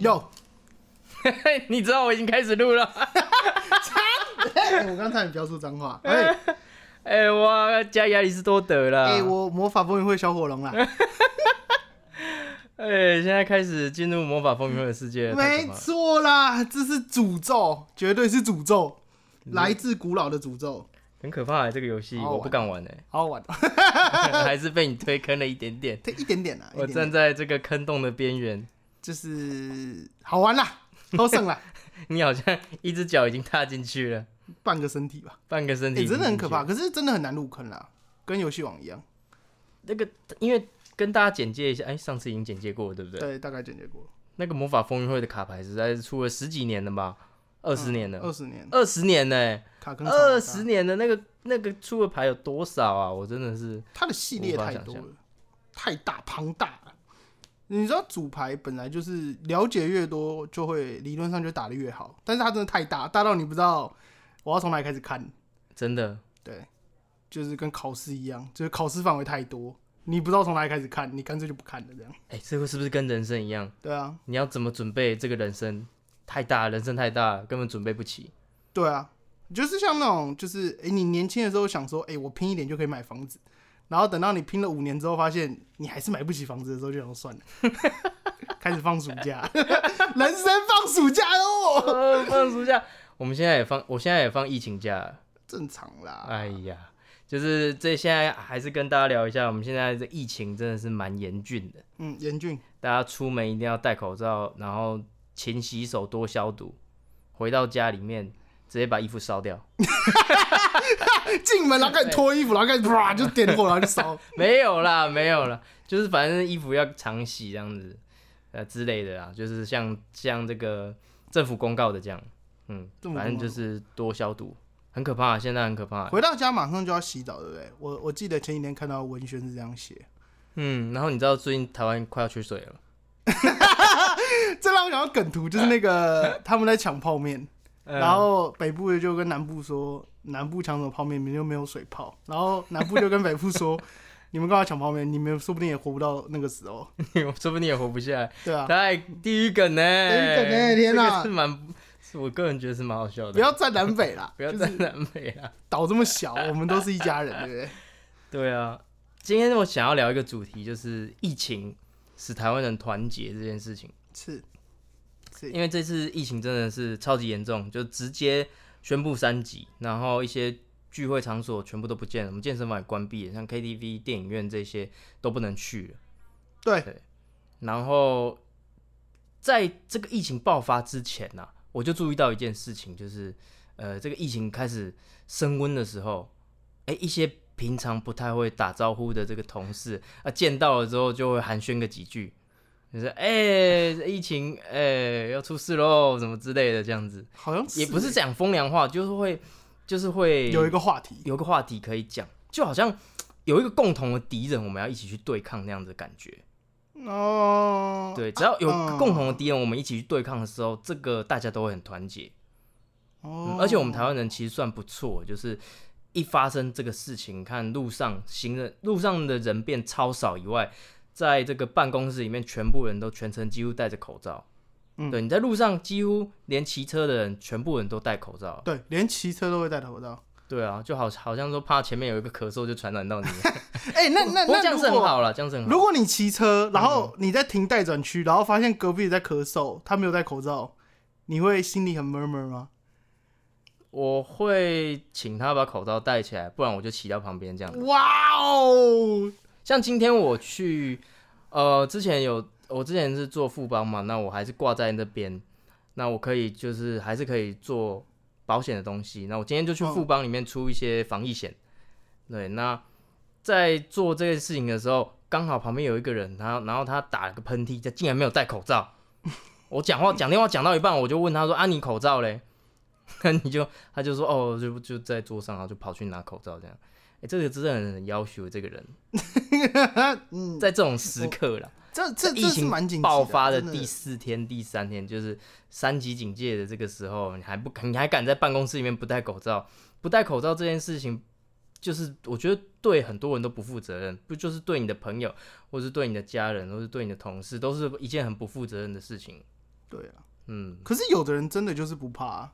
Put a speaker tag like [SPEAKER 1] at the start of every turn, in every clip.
[SPEAKER 1] 哟，
[SPEAKER 2] 你知道我已经开始录了。
[SPEAKER 1] 哎我刚才你飙出脏话，哎、
[SPEAKER 2] 哎、我加亚里士多德了。
[SPEAKER 1] 哎、我魔法风云会小火龙啦，
[SPEAKER 2] 哎、现在开始进入魔法风云会的世界了。
[SPEAKER 1] 没
[SPEAKER 2] 太可怕了
[SPEAKER 1] 错啦，这是诅咒，绝对是诅咒，来自古老的诅咒，
[SPEAKER 2] 很可怕、这个游戏
[SPEAKER 1] 好好
[SPEAKER 2] 我
[SPEAKER 1] 玩
[SPEAKER 2] 不敢玩哎、
[SPEAKER 1] 好好玩，
[SPEAKER 2] 还是被你推坑了一点点。
[SPEAKER 1] 这一点点啊啦，一
[SPEAKER 2] 我
[SPEAKER 1] 点点
[SPEAKER 2] 站在这个坑洞的边缘，
[SPEAKER 1] 就是好玩啦，都剩啦，
[SPEAKER 2] 你好像一只脚已经踏进去了，
[SPEAKER 1] 半个身体吧，
[SPEAKER 2] 半个身
[SPEAKER 1] 哎、
[SPEAKER 2] 体、
[SPEAKER 1] 真的很可怕，。可是真的很难入坑啦，跟游戏王一样，
[SPEAKER 2] 那个，因为跟大家简介一下，哎、上次已经简介过了，对不对？
[SPEAKER 1] 对，大概简介过了，
[SPEAKER 2] 那个魔法风云会的卡牌实在是出了十几年了吧，二十年了，
[SPEAKER 1] 嗯二十年，
[SPEAKER 2] 二十、年哎呢、
[SPEAKER 1] 卡坑超大
[SPEAKER 2] 二十，年的那个那个出的牌有多少啊？我真的是
[SPEAKER 1] 它的系列太
[SPEAKER 2] 无法
[SPEAKER 1] 多
[SPEAKER 2] 想
[SPEAKER 1] 了，太大庞大了。你知道主牌本来就是了解越多，就会理论上就打得越好，但是它真的太大，大到你不知道我要从哪里开始看。
[SPEAKER 2] 真的
[SPEAKER 1] 对，就是跟考试一样，就是考试范围太多，你不知道从哪里开始看，你干脆就不看了这样。
[SPEAKER 2] 哎、这个是不是跟人生一样？
[SPEAKER 1] 对啊，
[SPEAKER 2] 你要怎么准备这个人生？太大，人生太大，根本准备不起。
[SPEAKER 1] 对啊，就是像那种，就是诶，你年轻的时候想说，诶，我拼一点就可以买房子，然后等到你拼了五年之后，发现你还是买不起房子的时候，就想说算了， 开始放暑假， 人生放暑假哦，
[SPEAKER 2] 呃，放暑假，我们现在也放，我现在也放疫情假了。
[SPEAKER 1] 正常啦。
[SPEAKER 2] 哎呀，就是这现在还是跟大家聊一下，我们现在这疫情真的是蛮严峻的，
[SPEAKER 1] 嗯，严峻，
[SPEAKER 2] 大家出门一定要戴口罩，然后勤洗手，多消毒。回到家里面，直接把衣服烧掉。
[SPEAKER 1] 进门然后开始脱衣服，然后开始啪就点火，然后就烧。
[SPEAKER 2] 没有啦，没有啦，就是反正衣服要常洗这样子，呃之类的啦，就是像像这个政府公告的这样，嗯，
[SPEAKER 1] 政府公告
[SPEAKER 2] 反正就是多消毒，很可怕，现在很可怕，
[SPEAKER 1] 回到家马上就要洗澡，对不对？我我记得前几天看到文轩是这样写，
[SPEAKER 2] 嗯，然后你知道最近台湾快要缺水 了，
[SPEAKER 1] 这让我想到梗图，就是那 个他们在抢泡面，
[SPEAKER 2] 嗯
[SPEAKER 1] 然后北部的就跟南部说，南部抢什么泡面，你们又没有水泡，然后南部就跟北部 说，你们干嘛抢泡面？你们说不定也活不到那个时候，
[SPEAKER 2] 说不定也活不下来，
[SPEAKER 1] 对啊，
[SPEAKER 2] 太地狱梗呢、
[SPEAKER 1] 地狱梗欸天哪
[SPEAKER 2] 这个是蛮，是我个人觉得是蛮好笑
[SPEAKER 1] 不
[SPEAKER 2] 的，
[SPEAKER 1] 要站南北啦，
[SPEAKER 2] 不要
[SPEAKER 1] 就
[SPEAKER 2] 在
[SPEAKER 1] 是
[SPEAKER 2] 南北啊，
[SPEAKER 1] 岛这么小，我们都是一家人，对不对？
[SPEAKER 2] 对啊，今天我想要聊一个主题，就是疫情使台湾人团结这件事情。
[SPEAKER 1] 是
[SPEAKER 2] 因为这次疫情真的是超级严重，就直接宣布三级，然后一些聚会场所全部都不见了，我们健身房也关闭了，像 KTV、电影院这些都不能去了。
[SPEAKER 1] 对
[SPEAKER 2] 然后在这个疫情爆发之前呐、我就注意到一件事情，就是呃，这个疫情开始升温的时候，哎，一些平常不太会打招呼的这个同事啊，见到了之后就会寒暄个几句，就是哎、疫情哎、要出事喽，什么之类的这样子，
[SPEAKER 1] 好像
[SPEAKER 2] 也不是讲风凉话，就是会就是会
[SPEAKER 1] 有一个话题，
[SPEAKER 2] 有个话题可以讲，就好像有一个共同的敌人，我们要一起去对抗那样子的感觉。
[SPEAKER 1] 哦，
[SPEAKER 2] 对，只要有
[SPEAKER 1] 嗯
[SPEAKER 2] 共同的敌人，我们一起去对抗的时候，这个大家都会很团结。
[SPEAKER 1] 哦
[SPEAKER 2] 嗯，而且我们台湾人其实算不错，就是一发生这个事情，看路上行人路上的人变超少以外，在这个办公室里面，全部人都全程几乎戴着口罩。
[SPEAKER 1] 嗯
[SPEAKER 2] 对，你在路上几乎连骑车的人，全部人都戴口罩。
[SPEAKER 1] 对，连骑车都会戴口罩。
[SPEAKER 2] 对啊，就好好像说怕前面有一个咳嗽就传染 到你。
[SPEAKER 1] 哎，那那
[SPEAKER 2] 不过
[SPEAKER 1] 那
[SPEAKER 2] 这样
[SPEAKER 1] 如
[SPEAKER 2] 是很
[SPEAKER 1] 果
[SPEAKER 2] 好了，这样是很好。
[SPEAKER 1] 如果你骑车，然后你在停待转区，然后发现隔壁在咳嗽，他没有戴口罩，你会心里很 murmur 吗？
[SPEAKER 2] 我会请他把口罩戴起来，不然我就骑到旁边这样。
[SPEAKER 1] 哇哦，
[SPEAKER 2] 像今天我去，呃，之前有我之前是做富邦嘛，那我还是挂在那边，那我可以就是还是可以做保险的东西。那我今天就去
[SPEAKER 1] 嗯
[SPEAKER 2] 富邦里面出一些防疫险。对，那在做这件事情的时候，刚好旁边有一个人，然后然后他打了个喷嚏，他竟然没有戴口罩。我讲话讲电话讲到一半，我就问他说：“啊，你口罩嘞？” 那你就他就说：“哦，就就在桌上，然后就跑去拿口罩这样。哎，这个真的很要求这个人。
[SPEAKER 1] 嗯，
[SPEAKER 2] 在这种时刻啦，
[SPEAKER 1] 这这
[SPEAKER 2] 疫
[SPEAKER 1] 这是
[SPEAKER 2] 情
[SPEAKER 1] 蛮紧急
[SPEAKER 2] 爆发
[SPEAKER 1] 的
[SPEAKER 2] 的
[SPEAKER 1] 真
[SPEAKER 2] 第四天、第三天，就是三级警戒的这个时候，你还不你还敢在办公室里面不戴口罩？不戴口罩这件事情，就是我觉得对很多人都不负责任，不就是对你的朋友，或是对你的家人，或是对你的同事，都是一件很不负责任的事情。
[SPEAKER 1] 对啊，
[SPEAKER 2] 嗯，
[SPEAKER 1] 可是有的人真的就是不怕、啊，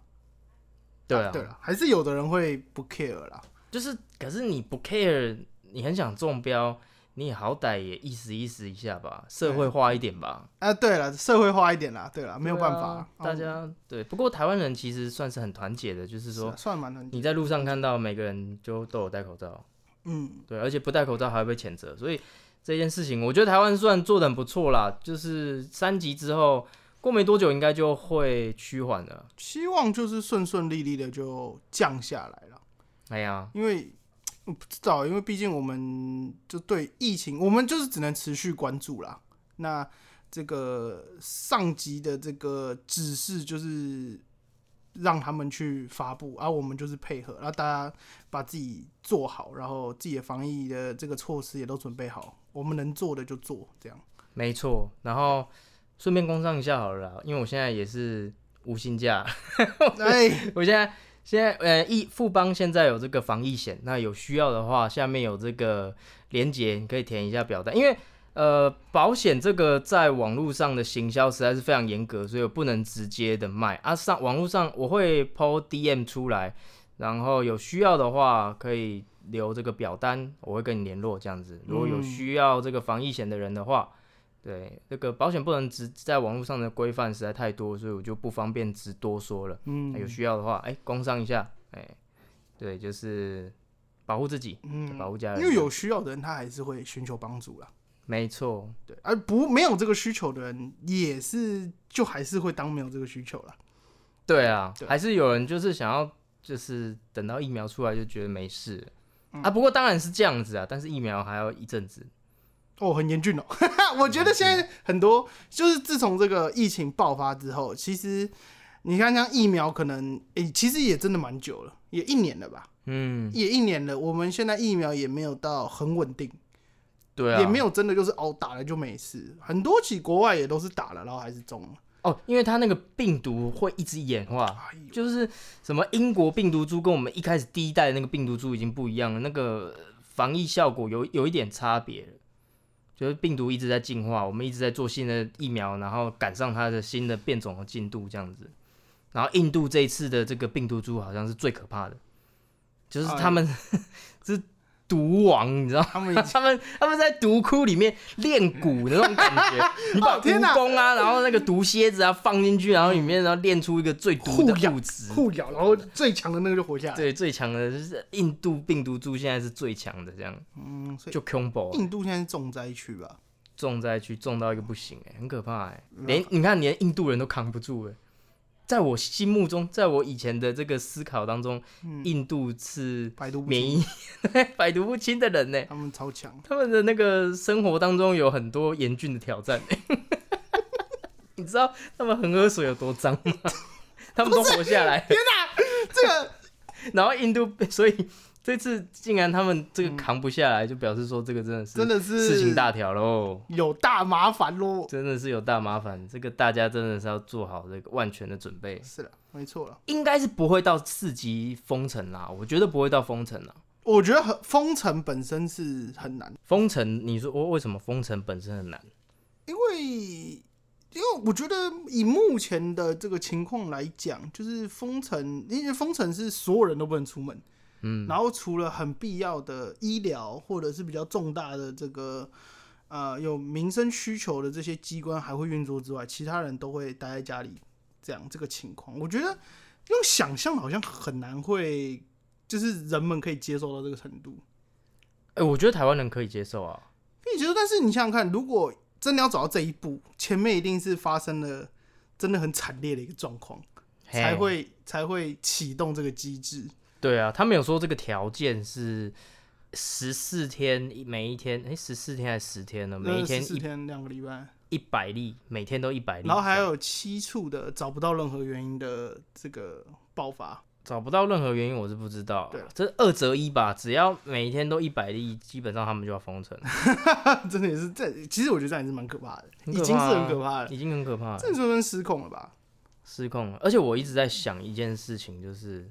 [SPEAKER 2] 对啊，
[SPEAKER 1] 对啊，还是有的人会不 care 啦。
[SPEAKER 2] 就是可是你不 care，你很想中标，你也好歹也意思意思一下吧，社会化一点吧，
[SPEAKER 1] 啊，对了，社会化一点啦，对了，没有
[SPEAKER 2] 对啊
[SPEAKER 1] 办法，哦
[SPEAKER 2] 大家对。不过台湾人其实算是很团结的，就是
[SPEAKER 1] 是
[SPEAKER 2] 说
[SPEAKER 1] 啊算蛮难，
[SPEAKER 2] 你在路上看到每个人就都有戴口罩，
[SPEAKER 1] 嗯，
[SPEAKER 2] 对，而且不戴口罩还会被谴责，所以这件事情，我觉得台湾算做的很不错啦。就是三级之后，过没多久应该就会趋缓了。
[SPEAKER 1] 希望就是顺顺利利的就降下来了，
[SPEAKER 2] 哎呀，
[SPEAKER 1] 因为我不知道，因为毕竟我们就对疫情，我们就是只能持续关注啦。那这个上级的这个指示就是让他们去发布，啊而、我们就是配合，然后大家把自己做好，然后自己的防疫的这个措施也都准备好，我们能做的就做，这样。
[SPEAKER 2] 没错。然后顺便工商一下好了啦，因为我现在也是无薪假，
[SPEAKER 1] 哎、
[SPEAKER 2] 我现在现在呃，一富邦现在有这个防疫险，那有需要的话，下面有这个连接，你可以填一下表单，因为。呃，保险这个在网络上的行销实在是非常严格，所以我不能直接的卖啊。上网络上我会 PO DM 出来，然后有需要的话可以留这个表单，我会跟你联络这样子。如果有
[SPEAKER 1] 嗯
[SPEAKER 2] 需要这个防疫险的人的话，对这个保险不能直在网络上的规范实在太多，所以我就不方便直多说了。
[SPEAKER 1] 嗯，
[SPEAKER 2] 有需要的话，哎、工商一下，哎、对，就是保护自己，
[SPEAKER 1] 嗯
[SPEAKER 2] 保护家人，
[SPEAKER 1] 因为有需要的人，他还是会寻求帮助啦。
[SPEAKER 2] 没错，
[SPEAKER 1] 对，而不没有这个需求的人，也是就还是会当没有这个需求啦。
[SPEAKER 2] 对啊，
[SPEAKER 1] 对
[SPEAKER 2] 还是有人就是想要，就是等到疫苗出来就觉得没事了、
[SPEAKER 1] 嗯
[SPEAKER 2] 啊。不过当然是这样子啊，但是疫苗还要一阵子，
[SPEAKER 1] 哦，很严峻哦。 我觉得现在很多就是自从这个疫情爆发之后，其实你看像疫苗，可能诶、其实也真的蛮久了，也一年了吧，
[SPEAKER 2] 嗯，
[SPEAKER 1] 也一年了。我们现在疫苗也没有到很稳定，
[SPEAKER 2] 对啊，
[SPEAKER 1] 也没
[SPEAKER 2] 有
[SPEAKER 1] 有真的就是哦打了就没事。很多起国外也都是打了，然后还是中了。
[SPEAKER 2] 哦，因为它那个病毒会一直演化。
[SPEAKER 1] 哎呦，
[SPEAKER 2] 就是什么英国病毒株跟我们一开始第一代的那个病毒株已经不一样了，那个防疫效果有有一点差别了就是病毒一直在进化，我们一直在做新的疫苗，然后赶上它的新的变种的进度这样子。然后印度这一次的这个病毒株好像是最可怕的，就是他们、
[SPEAKER 1] 哎
[SPEAKER 2] 是毒王，你知道吗？
[SPEAKER 1] 他们已经
[SPEAKER 2] 他们他们在毒窟里面练蛊的那种感觉， 你把
[SPEAKER 1] 哦
[SPEAKER 2] 蜈
[SPEAKER 1] 天哪
[SPEAKER 2] 蚣啊，然后那个毒蝎子啊放进去，然后里面然后练出一个最毒的
[SPEAKER 1] 互咬
[SPEAKER 2] 物质，
[SPEAKER 1] 互咬，然后最强的那个就活下来。
[SPEAKER 2] 对，最强的就是印度病毒株，现在是最强的，这样
[SPEAKER 1] 嗯，所以
[SPEAKER 2] 就 combo
[SPEAKER 1] 印度现在是重灾区吧？
[SPEAKER 2] 重灾区重到一个不行、哎，很可怕、哎，
[SPEAKER 1] 嗯
[SPEAKER 2] 连你看连印度人都扛不住、哎，在我心目中，在我以前的这个思考当中，
[SPEAKER 1] 嗯
[SPEAKER 2] 印度是
[SPEAKER 1] 百毒不
[SPEAKER 2] 免
[SPEAKER 1] 侵，
[SPEAKER 2] 疫 百毒不侵的人呢、哎
[SPEAKER 1] 他们超强。
[SPEAKER 2] 他们的那个生活当中有很多严峻的挑战、 你知道他们恒河水有多脏 吗？他们都活下来，
[SPEAKER 1] 这个
[SPEAKER 2] 然后印度，所以这次竟然他们这个扛不下来，就表示说这个真的是
[SPEAKER 1] 嗯真的是
[SPEAKER 2] 事情大条喽，
[SPEAKER 1] 有大麻烦喽。
[SPEAKER 2] 真的是有大麻烦。这个大家真的是要做好这个万全的准备，
[SPEAKER 1] 是的，没错了。
[SPEAKER 2] 应该是不会到四级封城啦，我觉得不会到封城啦。
[SPEAKER 1] 我觉得很封城本身是很难，
[SPEAKER 2] 封城，你说我为什么封城本身很难？
[SPEAKER 1] 因为因为我觉得以目前的这个情况来讲，就是封城，因为封城是所有人都不能出门，
[SPEAKER 2] 嗯，
[SPEAKER 1] 然后除了很必要的医疗或者是比较重大的这个呃有民生需求的这些机关还会运作之外，其他人都会待在家里，这样这个情况，我觉得用想象好像很难会，就是人们可以接受到这个程度。
[SPEAKER 2] 哎、我觉得台湾人可以接受啊。
[SPEAKER 1] 可以接受，但是你想想看，如果真的要走到这一步，前面一定是发生了真的很惨烈的一个状况，
[SPEAKER 2] 嘿
[SPEAKER 1] 才会才会启动这个机制。
[SPEAKER 2] 对啊，他们有说这个条件是十四天，每一天哎十四天还是十天呢？呃每一天
[SPEAKER 1] 四
[SPEAKER 2] 一
[SPEAKER 1] 天两个礼拜，
[SPEAKER 2] 一百例，每天都一百例，
[SPEAKER 1] 然后还有七处的找不到任何原因的这个爆发，
[SPEAKER 2] 找不到任何原因，我是不知道。啊
[SPEAKER 1] 对啊
[SPEAKER 2] 这二择一吧，只要每一天都一百例，基本上他们就要封 城，
[SPEAKER 1] 真的也是这，其实我觉得这样也是蛮可怕的，
[SPEAKER 2] 很
[SPEAKER 1] 已
[SPEAKER 2] 可
[SPEAKER 1] 经
[SPEAKER 2] 怕
[SPEAKER 1] 是很
[SPEAKER 2] 啊
[SPEAKER 1] 可怕了，
[SPEAKER 2] 已经很可怕了
[SPEAKER 1] 这，说真失控了吧？
[SPEAKER 2] 失控了。而且我一直在想一件事情，就是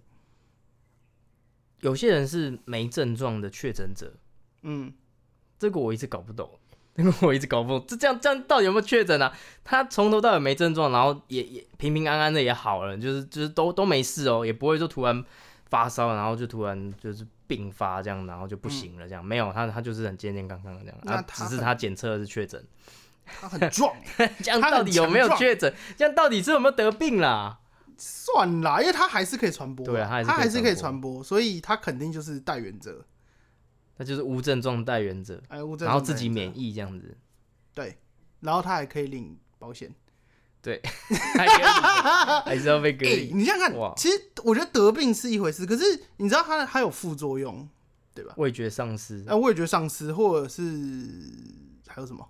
[SPEAKER 2] 有些人是没症状的确诊者，
[SPEAKER 1] 嗯，
[SPEAKER 2] 这个我一直搞不懂。 因为我一直搞不懂，这这样这样到底有没有确诊啊？他从头到尾没症状，然后也也平平安安的也好了，就是就是都都没事哦，也不会说突然发烧，然后就突然就是病发这样，然后就不行了这样。没有，他他就是很健健康康的这样，
[SPEAKER 1] 那
[SPEAKER 2] 啊，
[SPEAKER 1] 他
[SPEAKER 2] 只是他检测是确诊。
[SPEAKER 1] 他很壮，
[SPEAKER 2] 这样
[SPEAKER 1] 他很
[SPEAKER 2] 到底有没有
[SPEAKER 1] 强壮
[SPEAKER 2] 确诊？这样到底是有没有得病啦？
[SPEAKER 1] 算啦，因为他还是可以传播，
[SPEAKER 2] 对啊他还是
[SPEAKER 1] 他还是
[SPEAKER 2] 可以
[SPEAKER 1] 可以
[SPEAKER 2] 传
[SPEAKER 1] 传播，所以他肯定就是带源者，
[SPEAKER 2] 那就是无症状带源者，
[SPEAKER 1] 哎，我真的
[SPEAKER 2] 然后
[SPEAKER 1] 是
[SPEAKER 2] 自己
[SPEAKER 1] 带源
[SPEAKER 2] 免
[SPEAKER 1] 者，
[SPEAKER 2] 疫这样子，
[SPEAKER 1] 然后他还可以领保 险。
[SPEAKER 2] 还可以还是要被隔
[SPEAKER 1] 哎、
[SPEAKER 2] 离。
[SPEAKER 1] 你想想
[SPEAKER 2] 哇
[SPEAKER 1] 看，其实我觉得得病是一回事，可是你知道它它有副作用，对吧？
[SPEAKER 2] 味觉丧失
[SPEAKER 1] 哎、，味觉丧失，或者是还有什么，